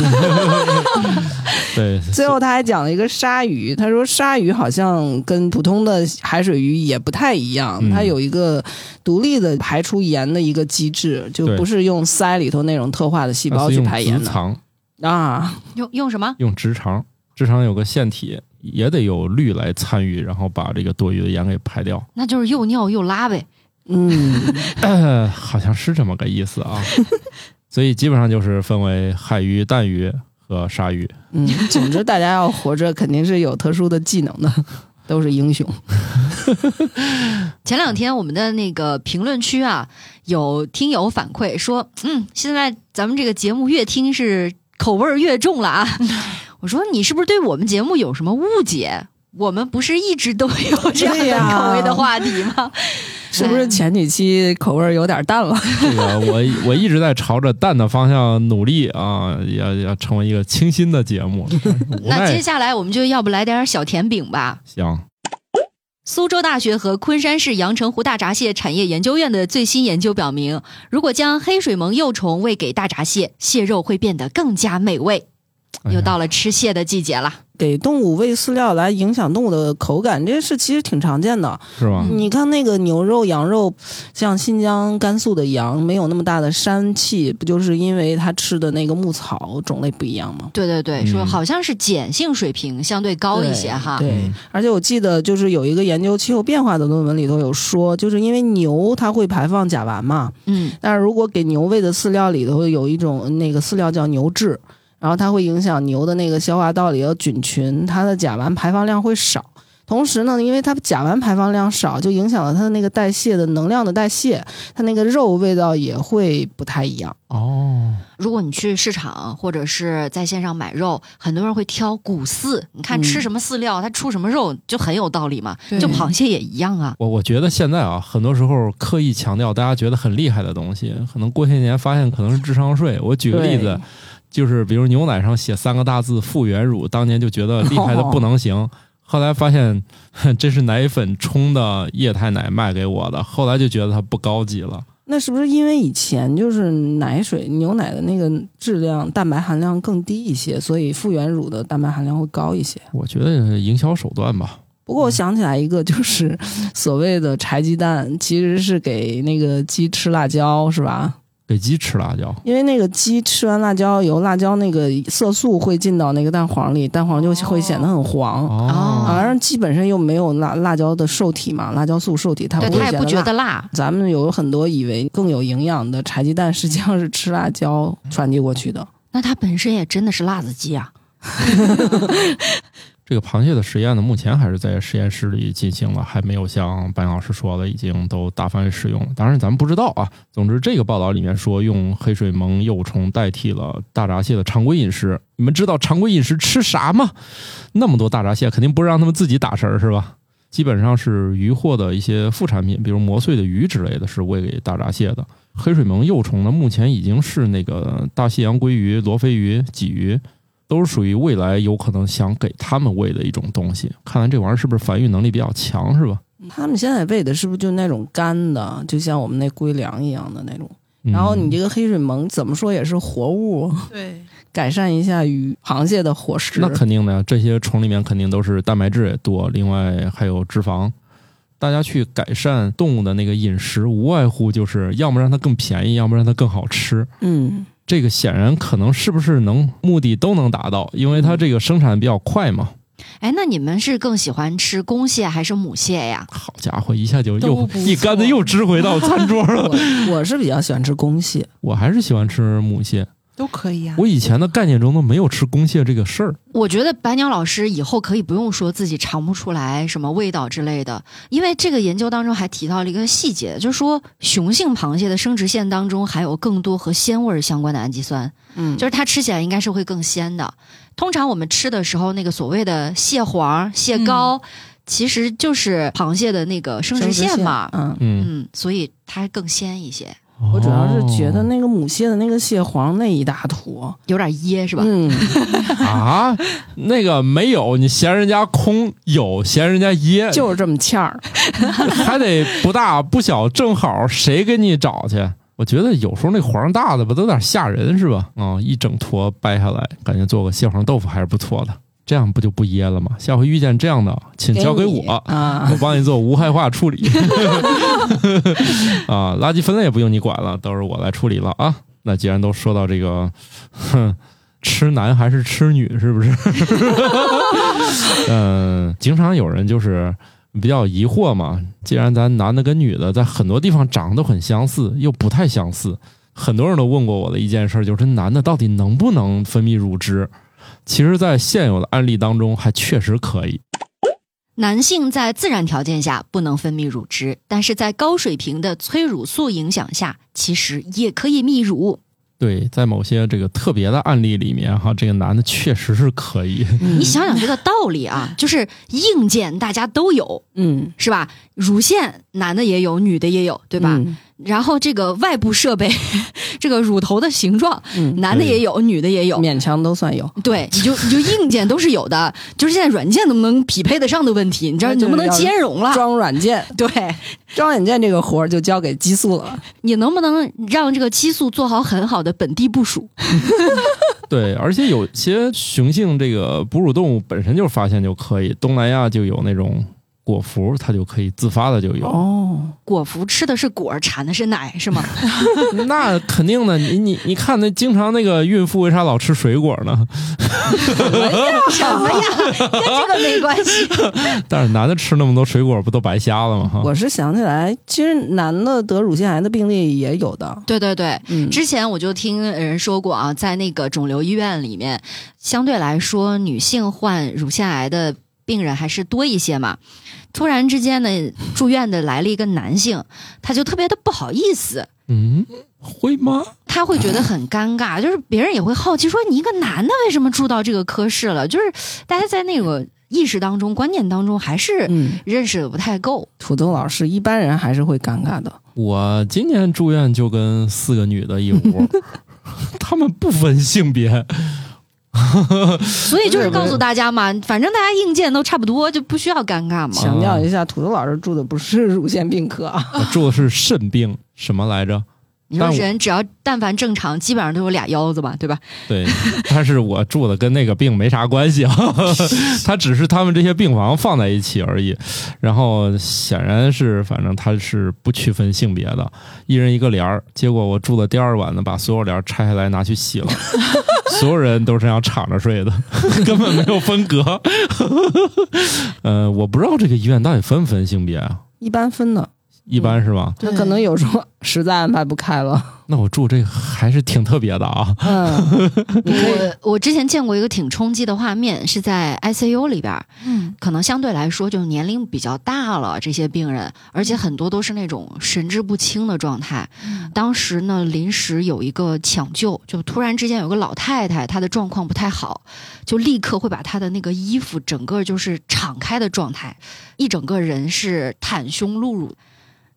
A: 对，
C: 最后他还讲了一个鲨鱼，他说鲨鱼好像跟普通的海水鱼也不太一样，
A: 嗯
C: 它有一个独立的排出盐的一个机制，就
A: 对
C: 不是用鳃里头那种特化的细
A: 它
C: 胞
A: 是
C: 去
A: 用
C: 排盐
A: 直
C: 的
A: 肠，
C: 啊。
D: 用用什么？
A: 用直肠，直肠有个腺体，也得有氯来参与，然后把这个多余的盐给排掉。
D: 那就是又尿又拉呗。
C: 嗯，
A: 呃，好像是这么个意思 啊。所以基本上就是分为海鱼、淡鱼和鲨鱼。
C: 嗯，总之大家要活着肯定是有特殊的技能的，都是英雄。
D: 前两天我们的那个评论区啊，有听友反馈说，嗯，现在咱们这个节目越听是口味儿越重了啊。我说你是不是对我们节目有什么误解？我们不是一直都有这样
C: 对
D: 的
C: 呀
D: 口味的话题吗？
C: 是不是前几期口味儿有点淡了？
A: 这个我我一直在朝着淡的方向努力啊，要要成为一个清新的节目。无
D: 那接
A: 奈
D: 下来我们就要不来点小甜饼吧。
A: 行，
D: 苏州大学和昆山市阳澄湖大闸蟹产业研究院的最新研究表明，如果将黑水虻幼虫喂给大闸蟹，蟹肉会变得更加美味。
A: 哎呀
D: 又到了吃蟹的季节了，
C: 给动物喂饲料来影响动物的口感，这事其实挺常见的。
A: 是吧？
C: 你看那个牛肉、羊肉，像新疆、甘肃的羊没有那么大的膻气，不就是因为它吃的那个牧草种类不一样吗？
D: 对对对，说
A: 嗯
D: 好像是碱性水平相对高一些哈。
C: 对
A: 嗯
C: 而且我记得就是有一个研究气候变化的论文里头有说，就是因为牛它会排放甲烷嘛，
D: 嗯，
C: 但是如果给牛喂的饲料里头有一种呃那个饲料叫牛质，然后它会影响牛的那个消化道里的菌群，它的甲烷排放量会少。同时呢，因为它甲烷排放量少，就影响了它的那个代谢的能量的代谢，它那个肉味道也会不太一样。
A: 哦，
D: 如果你去市场或者是在线上买肉，很多人会挑骨饲，你看
C: 嗯
D: 吃什么饲料，它出什么肉就很有道理嘛。
B: 对
D: 就螃蟹也一样啊。
A: 我我觉得现在啊，很多时候刻意强调大家觉得很厉害的东西，可能过些年发现可能是智商税。我举个例子
C: 对，
A: 就是比如牛奶上写三个大字“复原乳”，当年就觉得厉害的不能行。 后来发现哼这是奶粉冲的液态奶卖给我的，后来就觉得它不高级了。
C: 那是不是因为以前就是奶水、牛奶的那个质量、蛋白含量更低一些，所以复原乳的蛋白含量会高一些？
A: 我觉得营销手段吧，
C: 不
D: 嗯
C: 过我想起来一个， 就是所谓的柴鸡蛋，其实是给那个鸡吃辣椒，是吧？
A: 给鸡吃辣椒。
C: 因为那个鸡吃完辣椒油，辣椒那个色素会进到那个蛋黄里，蛋黄
D: 哦
C: 就会显得很黄。
A: 哦，
C: 啊，然后鸡本身又没有辣辣椒的受体嘛，辣椒素受体，它
D: 对
C: 不会
D: 他也不
C: 显
D: 觉
C: 辣
D: 得辣，
C: 咱们有很多以为更有营养的柴鸡蛋，实际上是吃辣椒
D: 嗯
C: 传递过去的。
D: 那它本身也真的是辣子鸡啊。
A: 这个螃蟹的实验呢，目前还是在实验室里进行了，还没有像白老师说的已经都大范围使用了。当然，咱们不知道啊。总之，这个报道里面说用黑水虻幼虫代替了大闸蟹的常规饮食。你们知道常规饮食吃啥吗？那么多大闸蟹，肯定不是让他们自己打食儿是吧？基本上是鱼货的一些副产品，比如磨碎的鱼之类的，是喂给大闸蟹的。黑水虻幼虫呢，目前已经是那个大西洋鲑鱼、罗非鱼、鲫鱼都是属于未来有可能想给他们喂的一种东西。看来这玩意儿是不是繁育能力比较强，是吧？
C: 他们现在喂的是不是就那种干的，就像我们那龟粮一样的那种？
A: 嗯
C: 然后你这个黑水虻怎么说也是活物，
B: 对，
C: 改善一下鱼螃蟹的伙食。
A: 那肯定的呀，这些虫里面肯定都是蛋白质也多，另外还有脂肪。大家去改善动物的那个饮食，无外乎就是要么让它更便宜，要么让它更好吃。
C: 嗯，
A: 这个显然可能是不是能目的都能达到，因为它这个生产比较快嘛。
D: 哎，那你们是更喜欢吃公蟹还是母蟹呀？
A: 好家伙，一下就
B: 都
A: 又
B: 不
A: 一竿子又支回到餐桌了。
D: 嗯
C: 我我是比较喜欢吃公蟹，
A: 我还是喜欢吃母蟹，
B: 都可以啊。
A: 我以前的概念中都没有吃公蟹这个事儿。
D: 我觉得白鸟老师以后可以不用说自己尝不出来什么味道之类的，因为这个研究当中还提到了一个细节，就是说雄性螃蟹的生殖腺当中含有更多和鲜味儿相关的氨基酸，
C: 嗯
D: 就是它吃起来应该是会更鲜的。通常我们吃的时候，那个所谓的蟹黄、蟹膏，其实就是螃蟹的那个嗯生殖腺嘛，
C: 嗯，
A: 嗯，
D: 嗯，所以它更鲜一些，
C: 我主要是觉得
A: 哦
C: 那个母蟹的那个蟹黄那一大坨，
D: 有点噎是吧？
C: 嗯，
A: 啊，那个没有，你嫌人家空，有嫌人家噎，
C: 就是这么 欠儿。
A: 还得不大不小，正好谁给你找去？我觉得有时候那黄大的吧，都有点吓人，是吧？啊、一整坨掰下来，感觉做个蟹黄豆腐还是不错的，这样不就不噎了吗？下回遇见这样的，请交给
C: 你
A: 我。
C: 啊
A: 我，帮你做无害化处理。 啊，垃圾分类也不用你管了，都是我来处理了啊。那既然都说到这个，哼，吃男还是吃女，是不是？ 嗯，经常有人就是比较疑惑嘛。既然咱男的跟女的在很多地方长得都很相似，又不太相似，很多人都问过我的一件事，就是男的到底能不能分泌乳汁？其实，在现有的案例当中，还确实可以。
D: 男性在自然条件下不能分泌乳汁，但是在高水平的催乳素影响下，其实也可以泌乳。
A: 对，在某些这个特别的案例里面，哈，这个男的确实是可以。
C: 你
D: 嗯你想想这个道 理啊，就是硬件大家都有，
C: 嗯，
D: 是吧？乳腺男的也有，女的也有，对吧？
C: 嗯？
D: 然后这个外部设备， 这个乳头的形状，
C: 嗯，
D: 男的也有，女的也有。
C: 勉强都算有。
D: 对，你就你就硬件都是有的，就是现在软件能不能匹配得上的问题，你知道
C: 那就是
D: 能不能
C: 要
D: 兼容了？
C: 装软件，
D: 对，
C: 装软件这个活儿就交给激素了。
D: 你能不能让这个激素做好很好的本地部署？
A: 对，而且有些雄性这个哺乳动物本身就发现就可以，东南亚就有那种果蝠，它就可以自发的就有。
C: 哦，
D: 果蝠吃的是果儿，产的是奶，是吗？
A: 那肯定的，你你你看那经常那个孕妇为啥老吃水果呢？
D: 什么呀？跟这个没关系。
A: 但是男的吃那么多水果不都白瞎了吗？哈，
C: 我是想起来，其实男的得乳腺癌的病例也有的。
D: 对对对，
C: 嗯，
D: 之前我就听人说过啊，在那个肿瘤医院里面，相对来说女性患乳腺癌的病人还是多一些嘛。突然之间呢，住院的来了一个男性，他就特别的不好意思。
A: 嗯，会吗？
D: 他会觉得很尴尬，就是别人也会好奇说你一个男的为什么住到这个科室了？就是大家在那个意识当中、观念当中还是
C: 嗯，
D: 认识的不太够。
C: 土豆老师一般人还是会尴尬的。
A: 我今年住院就跟四个女的一 屋，她们不分性别。
D: 所以就是告诉大家嘛，反正大家硬件都差不多，就不需要尴尬嘛。
C: 强 调一下，土豆老师住的不是乳腺病科啊，
A: 我住的是肾病，什么来着？
D: 你说
A: 但我
D: 人只要但凡正常，基本上都有俩腰子吧，对吧？
A: 对，但是我住的跟那个病没啥关系啊， 他只是他们这些病房放在一起而已。然后显然是，反正他是不区分性别的，一人一个帘儿。结果我住的第二晚呢，把所有帘儿拆下来拿去洗 了，所有人都是这样敞着睡的， 根本没有分隔。 呃，我不知道这个医院到底分不分性别啊，
C: 一般分的，
A: 一般是吧？
C: 他可能有时候实在安排不开了。
A: 那我住这个还是挺特别的啊。
C: 嗯，你可以
D: 我我之前见过一个挺冲击的画面，是在 ICU 里边儿，
B: 嗯，
D: 可能相对来说就年龄比较大了，这些病人，而且很多都是那种神志不清的状态。当时呢，临时有一个抢救，就突然之间有个老太太，她的状况不太好，就立刻会把她的那个衣服整个就是敞开的状态，一整个人是袒胸露乳。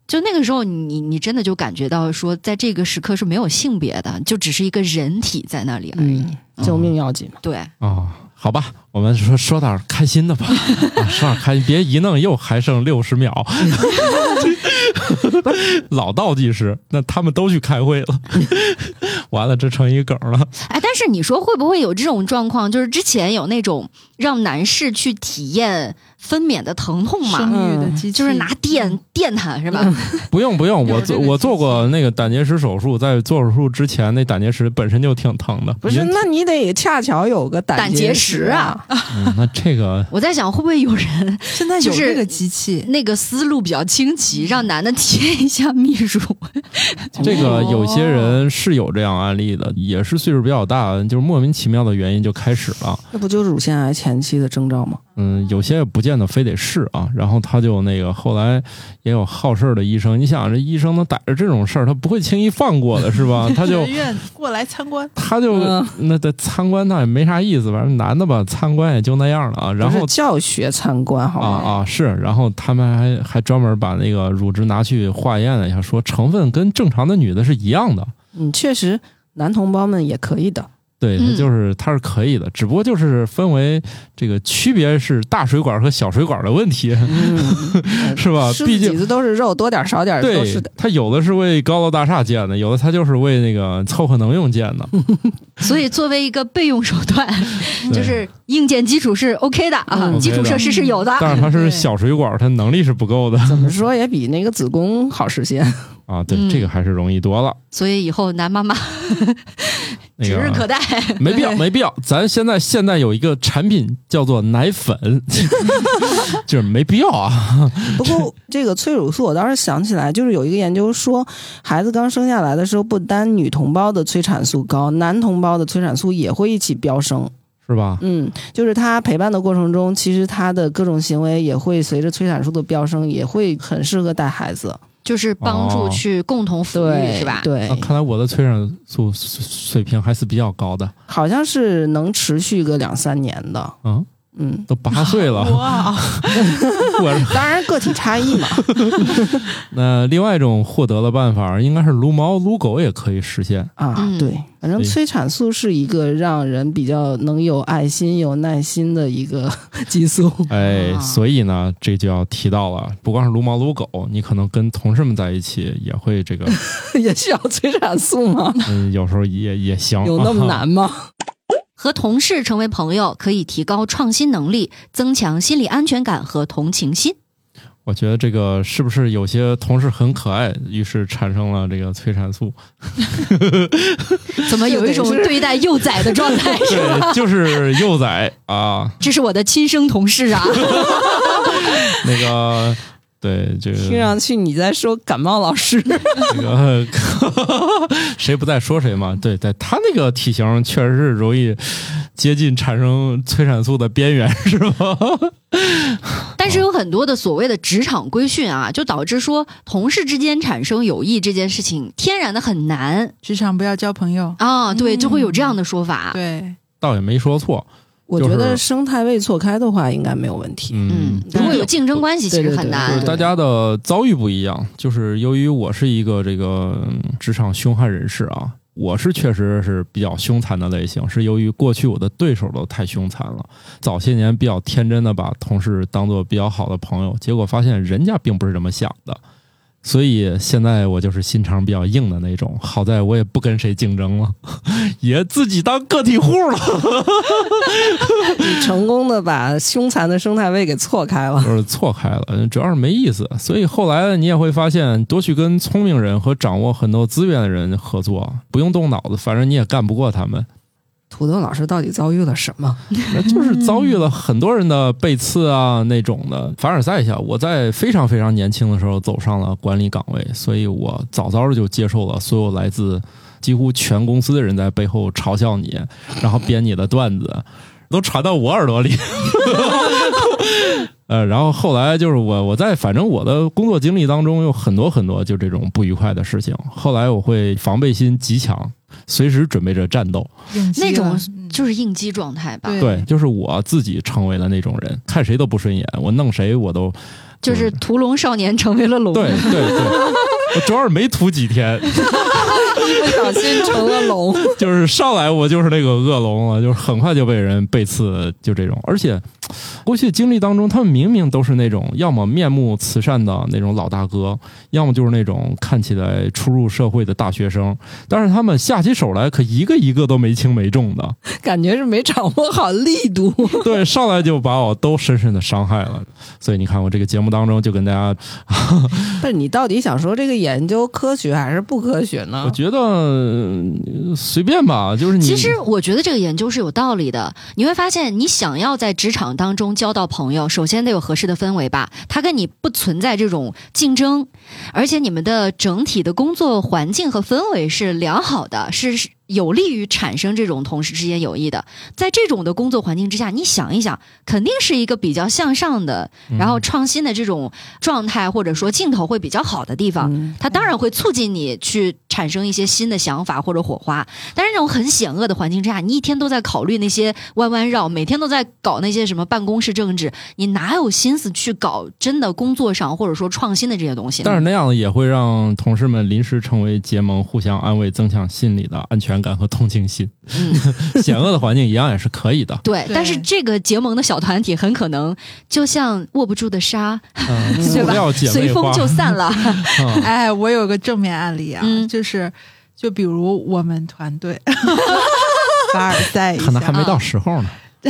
D: 就那个时候你，你你真的就感觉到说，在这个时刻是没有性别的，就只是一个人体在那里而已。
C: 嗯，救命要紧嘛。
D: 对，
A: 哦，好吧，我们说说点儿开心 的吧，啊、说点儿开心，别一弄又还剩六十秒，老倒计时，那他们都去开会了，完了这成一梗了。
D: 哎，但是你说会不会有这种状况？就是之前有那种让男士去体验分娩的疼痛
B: 生嗯
D: 嘛，
B: 育的
C: 嗯
B: 机器
D: 就是拿电电他是吧？
A: 不用不用，我
B: 有这
A: 做
B: 个
A: 我
B: 技
A: 做过那个胆结石手术，在做手术之前，那胆结石本身就挺疼的。
C: 不是，
A: 您
C: 那你得恰巧有个胆
D: 胆结
C: 石
D: 石啊！
A: 嗯那这个
D: 我在想会不会有人
B: 现在有
D: 就是
B: 这个机器，
D: 那个思路比较清奇，让男的体验一下泌乳，
A: 这个有些
B: 哦
A: 人是有这样案例的，也是岁数比较大，就是莫名其妙的原因就开始了。
C: 那不就是乳腺癌前期的征兆吗？
A: 嗯，有些也不见得非得是啊。然后他就那个后来也有好事儿的医生，你想这医生能逮着这种事儿，他不会轻易放过的，是吧？他就
B: 学院过来参观，
A: 他就、
C: 嗯
A: 那在参观那也没啥意思，反正男的吧参观也就那样了啊。然后
C: 不是教学参观好
A: 啊
C: 吗？
A: 啊是，然后他们还还专门把那个乳汁拿去化验了一下，说成分跟正常的女的是一样的。
C: 嗯，确实，男同胞们也可以的。
A: 对，它
D: 嗯
A: 就是它是可以的，只不过就是分为这个区别是大水管和小水管的问题，
C: 嗯，
A: 是吧？
C: 狮
A: 毕
C: 子
A: 竟
C: 几子都是肉，多点儿少点儿都
A: 对
C: 是的。，
A: 他有的是为高楼大厦建的，有的他就是为那个凑合能用建的。
D: 所以作为一个备用手段，
A: 对
D: 就是硬件基础是 OK 的啊，
C: 嗯
D: 基础设施是有的。
A: 但是他是
B: 对
A: 小水管，他能力是不够的
C: 怎么说也比那个子宫好实现。
A: 啊。对，
D: 嗯
A: 这个还是容易多了。
D: 所以以后男妈妈
A: 那
D: 指日可
A: 个
D: 待。
A: 没必要，没必要。咱现在现在有一个产品叫做奶 粉， 就是没必要啊。
C: 不过这个催乳素，我当时想起来，就是有一个研究说，孩子刚生下来的时候，不单女同胞的催产素高，男同胞的催产素也会一起飙升。
A: 是吧？
C: 嗯，就是他陪伴的过程中，其实他的各种行为也会随着催产素的飙升，也会很适合带孩子。
D: 就是帮助
A: 哦
D: 去共同抚育，
C: 对，
D: 是吧？
C: 对
A: 那、，看来我的催产素水水平还是比较高的，
C: 好像是能持续个两三年的。
A: 嗯，
C: 嗯，
A: 都八岁
D: 啊
A: 了。
B: 哇，
A: 我
C: 当然个体差 异嘛。
A: 那另外一种获得的办法应该是撸猫撸狗也可以实现。
C: 啊，
D: 嗯
C: 对，反正
A: 对
C: 催产素是一个让人比较能有爱心、有耐心的一个 激素。
A: 哎，
D: 啊
A: 所以呢，这就要提到了，不光是撸猫撸狗，你可能跟同事们在一起也会 这个，
C: 也需要催产素 吗？
A: 嗯，有时候也也行，啊
C: 有那么难吗？
D: 和同事成为朋友，可以提高创新能力，增强心理安全感和同情心。
A: 我觉得这个是不是有些同事很可爱，于是产生了这个催产 素？
D: 怎么有一种
C: 这得是
D: 对待幼崽的状态？是吧
A: 对，就是幼崽啊，
D: 这是我的亲生同事啊！
A: 那个。 对，这
C: 听
A: 个
C: 上去你在说感冒老 师，
A: 这个 谁不在说谁嘛？对对，他那个体型确实是容易接近产生催产素的边缘，是吧？
D: 但是有很多的所谓的职场规训啊，就导致说同事之间产生友谊这件事情天然的很难
B: 职场不要交朋友，
D: 啊。对，
B: 嗯
D: 就会有这样的说法。
B: 对，
A: 倒也没说错，
C: 我
A: 就
C: 觉
A: 是
C: 得生态位错开的话应该没有问题。
D: 嗯，如果有竞争关系，其
C: 对
D: 实
C: 对
D: 很
C: 对
D: 难
A: 就是。大家的遭遇不一样，就是由于我是一个这个嗯职场凶悍人士啊，我是确实是比较凶残的类型，是由于过去我的对手都太凶残了，早些年比较天真的把同事当做比较好的朋友，结果发现人家并不是这么想的，所以现在我就是心肠比较硬的那种。好在我也不跟谁竞争了， 也自己当个体户了。
C: 你成功的把凶残的生态位给错开了。
A: 就是错开了，主要是没意思。所以后来你也会发现，多去跟聪明人和掌握很多资源的人合作，不用动脑子，反正你也干不过他们。
C: 土豆老师到底遭遇了什么？
A: 那就是遭遇了很多人的背刺啊那种的。凡尔赛一下，我在非常非常年轻的时候走上了管理岗位，所以我早早的就接受了所有来自几乎全公司的人在背后嘲笑你，然后编你的段子，都传到我耳朵里。 呃，然后后来就是我，我在反正我的工作经历当中有很多很多就这种不愉快的事情。后来我会防备心极强，随时准备着战斗。
B: 应激
D: 那种
B: 了
D: 就是应激状态吧，
B: 啊对
A: 对，就是我自己成为了那种人，看谁都不顺眼，我弄谁我都
D: 就是屠龙少年成为了龙。
A: 嗯对对对，我主要是没涂几天，
C: 一不小心成了 龙。
A: 就是上来我就是那个恶龙了，就是很快就被人背刺，就这种。而且过去经历当中，他们明明都是那种要么面目慈善的那种老大哥，要么就是那种看起来初入社会的大学生，但是他们下起手来可一个一个都没轻没重的，
C: 感觉是没掌握好力度。
A: 对，上来就把我都深深的伤害了。所以你看，我这个节目当中就跟大家
C: 不是你到底想说这个研究科学还是不科学
A: 我
C: 呢？
A: 觉得呃随便吧，就是你
D: 啊其实我觉得这个研究是有道理的。你会发现，你想要在职场当中交到朋友，首先得有合适的氛围吧。它跟你不存在这种竞争，而且你们的整体的工作环境和氛围是良好的，是是有利于产生这种同事之间友谊的。在这种的工作环境之下，你想一想，肯定是一个比较向上的，
A: 嗯
D: 然后创新的这种状态，或者说劲头会比较好的地方。
C: 嗯，
D: 它当然会促进你去产生一些新的想法或者火花，但是那种很险恶的环境之下，你一天都在考虑那些弯弯绕，每天都在搞那些什么办公室政治，你哪有心思去搞真的工作上或者说创新的这些东西呢？
A: 但是那样也会让同事们临时成为结盟，互相安慰，增强心理的安全感和同情心。
D: 嗯，。
A: 险恶的环境一样也是可以的
D: 对，
B: 对
D: 但是这个结盟的小团体很可能就像握不住的沙，
A: 嗯，
D: 对
A: 塑
D: 吧
A: 料姐
D: 随
A: 妹
D: 风
A: 花，
D: 就散 了。
A: 嗯
B: 哎，我有个正面案例啊，
D: 嗯
B: 就是就比如我们团队凡尔赛一
A: 可能还
B: 下，
D: 啊
A: 没到时候呢。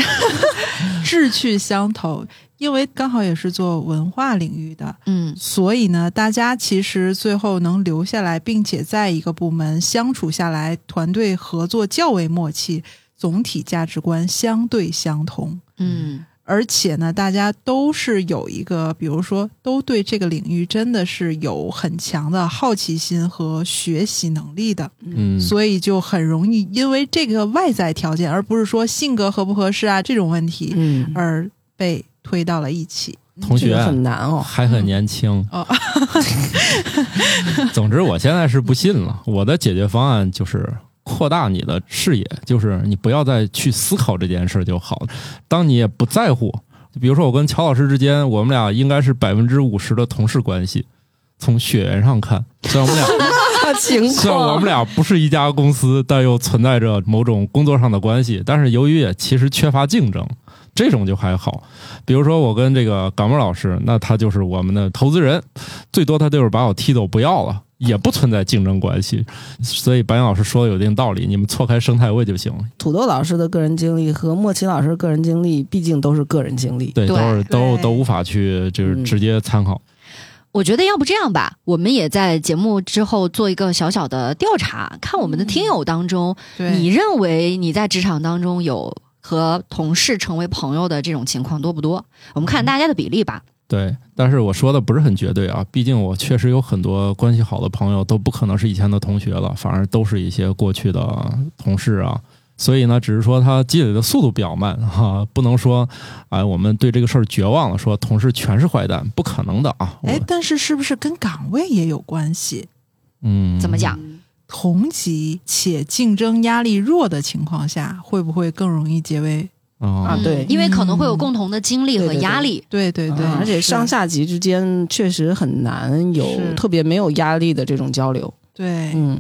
B: 志趣相投，因为刚好也是做文化领域的，
D: 嗯
B: 所以呢，大家其实最后能留下来，并且在一个部门相处下来，团队合作较为默契，总体价值观相对相同。
D: 嗯，
B: 而且呢，大家都是有一个，比如说，都对这个领域真的是有很强的好奇心和学习能力的，
A: 嗯，
B: 所以就很容易因为这个外在条件，而不是说性格合不合适啊这种问题，
C: 嗯，
B: 而被推到了一起。
A: 同
C: 这
A: 学
C: 个很难 哦。
A: 还很年轻。
B: 哦
A: 总之，我现在是不信了。我的解决方案就是。扩大你的视野，就是你不要再去思考这件事就好了。当你也不在乎，比如说我跟乔老师之间，我们俩应该是百分之五十的同事关系，从血缘上看，虽然我们俩
C: 情
A: 虽然我们
C: 况
A: 俩不是一家公司，但又存在着某种工作上的关系，但是由于也其实缺乏竞争，这种就还好。比如说我跟这个港木老师，那他就是我们的投资人，最多他就是把我踢走不要了。也不存在竞争关系，所以白岩老师说的有一定道理，你们错开生态位就行。
C: 土豆老师的个人经历和莫奇老师的个人经历，毕竟都是个人经历。
A: 对，
D: 对
A: 都是都
B: 对
A: 都无法去就是
C: 嗯
A: 直接参考。
D: 我觉得要不这样吧，我们也在节目之后做一个小小的调查，看我们的听友当中
B: 对，
D: 你认为你在职场当中有和同事成为朋友的这种情况多不多？我们看大家的比例吧。
A: 对，但是我说的不是很绝对啊，毕竟我确实有很多关系好的朋友都不可能是以前的同学了，反而都是一些过去的同事啊。所以呢，只是说他积累的速度比较慢 哈、不能说，哎，我们对这个事儿绝望了，说同事全是坏蛋，不可能的啊。我
B: 哎，但是是不是跟岗位也有关系？
A: 嗯，
D: 怎么？讲？
B: 同级且竞争压力弱的情况下，会不会更容易结为？
A: 啊、
C: 啊对
D: 嗯因为可能会有共同的经历和压力。
B: 对对对，
C: 啊而且
B: 是
C: 上下级之间确实很难有
B: 是
C: 特别没有压力的这种交流。
A: 哎
B: 对，
C: 嗯，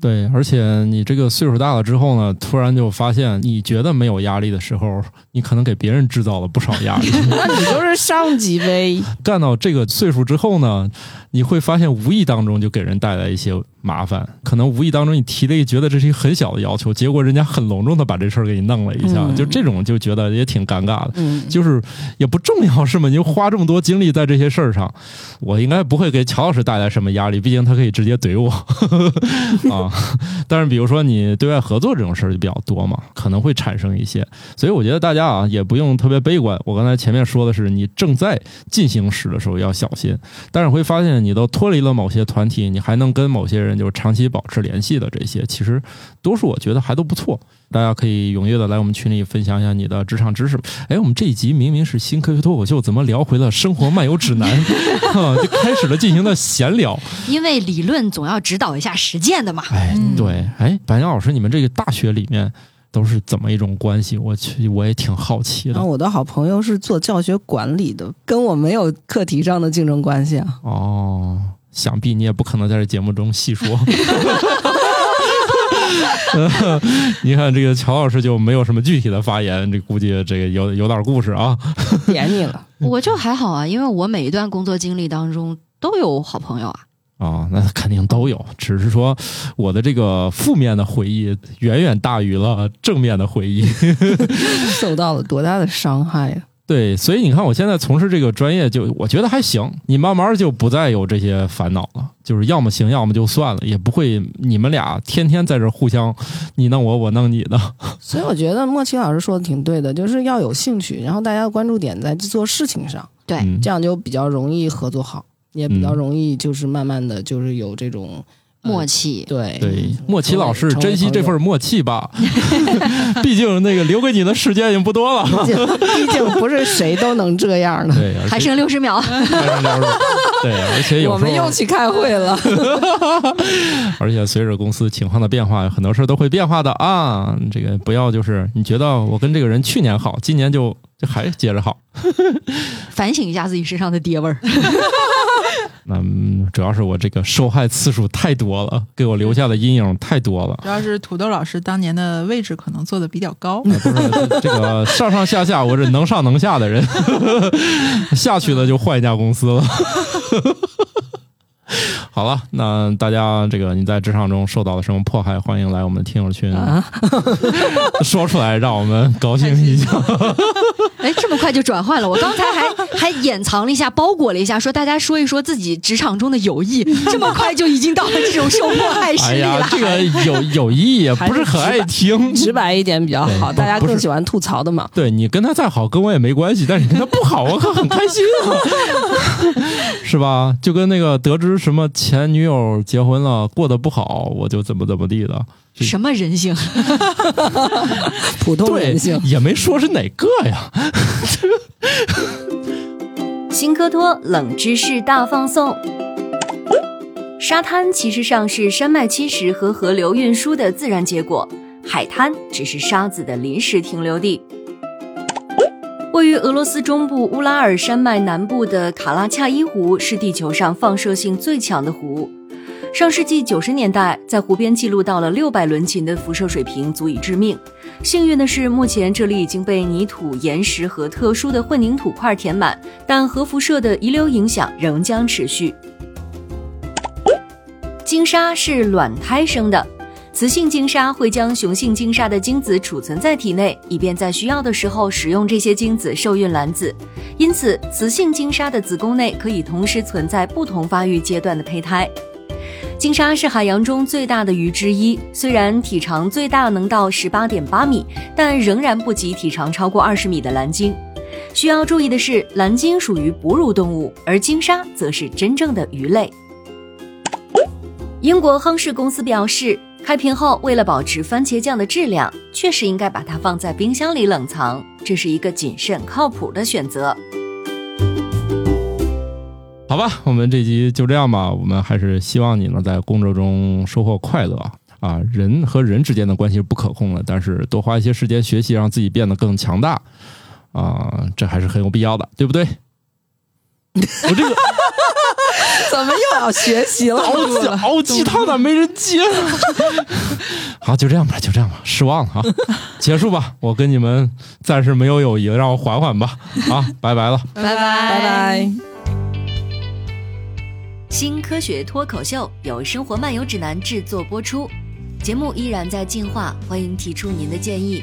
A: 对，而且你这个岁数大了之后呢，突然就发现，你觉得没有压力的时候，你可能给别人制造了不少压 力。
C: 那你就是上级呗。
A: 干到这个岁数之后呢，你会发现无意当中就给人带来一些麻烦，可能无意当中你提了一个觉得这是一个很小的要求，结果人家很隆重的把这事儿给你弄了一下，
C: 嗯
A: 就这种就觉得也挺尴尬的。
C: 嗯，
A: 就是也不重要是吗？你又花这么多精力在这些事儿上，我应该不会给乔老师带来什么压力，毕竟他可以直接怼我 啊。但是比如说你对外合作这种事儿就比较多嘛，可能会产生一些，所以我觉得大家啊也不用特别悲观。我刚才前面说的是，你正在进行时的时候要小心，但是会发现你都脱离了某些团体，你还能跟某些人就是长期保持联系的这些，其实多数我觉得还都不错。大家可以踊跃的来我们群里分享一下你的职场知识。哎，我们这一集明明是新科学脱口秀，怎么聊回了生活漫游指南？ 啊，就开始了进行了闲聊。
D: 因为理论总要指导一下实践的嘛。
A: 哎
B: 嗯，
A: 对，哎，白鸟老师，你们这个大学里面都是怎么一种关系？我去，我也挺好奇
C: 然
A: 的
C: 后。啊我的好朋友是做教学管理的，跟我没有课题上的竞争关系啊。
A: 哦，想必你也不可能在这节目中细说。 呃你看这个乔老师就没有什么具体的发言，这估计这个有有点故事啊。
C: 点你了，
D: 我就还好啊，因为我每一段工作经历当中都有好朋友啊。
A: 啊、那肯定都有，只是说我的这个负面的回忆远远大于了正面的回忆。
C: 受到了多大的伤害啊呀、
A: 对，所以你看，我现在从事这个专业就，我觉得还行。你慢慢就不再有这些烦恼了，就是要么行，要么就算了，也不会你们俩天天在这互相你弄我，我弄你的。
C: 所以我觉得莫奇老师说的挺对的，就是要有兴趣，然后大家的关注点在做事情上，
D: 对，
A: 嗯
C: 这样就比较容易合作好，也比较
A: 嗯
C: 容易就是慢慢的就是有这种呃
D: 默契。
C: 对
A: 对，莫奇老师
C: 成为
A: 珍惜这份默契吧， 毕竟那个留给你的时间已经不多 了。
C: 毕竟毕竟不是谁都能这样的。
A: 对，而且
D: 还剩六十秒，
A: 还 剩聊着对，而且有时候
C: 我们又去开会了，
A: 而且随着公司情况的变化，很多事儿都会变化的啊。这个不要就是你觉得我跟这个人去年好，今年就就还接着好。
D: 反省一下自己身上的爹味儿。
A: 那、嗯、主要是我这个受害次数太多了，给我留下的阴影太多了。
B: 主要是土豆老师当年的位置可能坐的比较高，
C: 嗯
A: 啊不是这个上上下下，我是能上能下的人， 下去了就换一家公司了。 好了，那大家这个你在职场中受到了什么迫害，欢迎来我们的听友群、
C: 啊
A: 说出来，让我们高兴一下。
D: 哎，这么快就转换了？我刚才还 还掩藏了一下，包裹了一下，说大家说一说自己职场中的友谊，这么快就已经到了这种受迫 害势
A: 哎
D: 力了。
A: 呀，这个有有意义，也不是很爱听。
C: 直白一点比较好，
A: 对
C: 大家
A: 不
C: 更
A: 是
C: 喜欢吐槽的嘛。
A: 对你跟他再好，跟我也没关系，但是你跟他不好，我可很开心啊，是吧？就跟那个得知什么前女友结婚了，过得不好，我就怎么怎么地的，这
D: 什么人性？
C: 普通
A: 对
C: 人性，，
A: 也没说是哪个呀。
E: 新科托冷知识大放送。沙滩其实上是山脉侵蚀和河流运输的自然结果，海滩只是沙子的临时停留地。位于俄罗斯中部乌拉尔山脉南部的卡拉恰伊湖是地球上放射性最强的湖。上世纪九十年代，在湖边记录到了六百伦琴的辐射水平，足以致命。幸运的是，目前这里已经被泥土、岩石和特殊的混凝土块填满，但核辐射的遗留影响仍将持续。鲸鲨是卵胎生的，雌性鲸鲨会将雄性鲸鲨的精子储存在体内，以便在需要的时候使用这些精子受孕卵子。因此，雌性鲸鲨的子宫内可以同时存在不同发育阶段的胚胎。鲸鲨是海洋中最大的鱼之一，虽然体长最大能到十八点八米，但仍然不及体长超过二十米的蓝鲸。需要注意的是，蓝鲸属于哺乳动物，而鲸鲨则是真正的鱼类。英国亨氏公司表示，开瓶后为了保持番茄酱的质量，确实应该把它放在冰箱里冷藏，这是一个谨慎靠谱的选择。
A: 好吧，我们这集就这样吧。我们还是希望你能在工作中收获快乐啊！啊，人和人之间的关系是不可控的，但是多花一些时间学习，让自己变得更强大啊，这还是很有必要的，对不对？我这个
C: 怎么又要学习 了？
A: 熬鸡 熬鸡汤咋没人接呢？好，就这样吧，就这样吧，失望了啊，结束吧，我跟你们暂时没有友谊了，让我缓缓吧，啊，拜拜了。
D: 拜
C: 拜拜。
E: 新科学脱口秀由生活漫游指南制作播出，节目依然在进化，欢迎提出您的建议，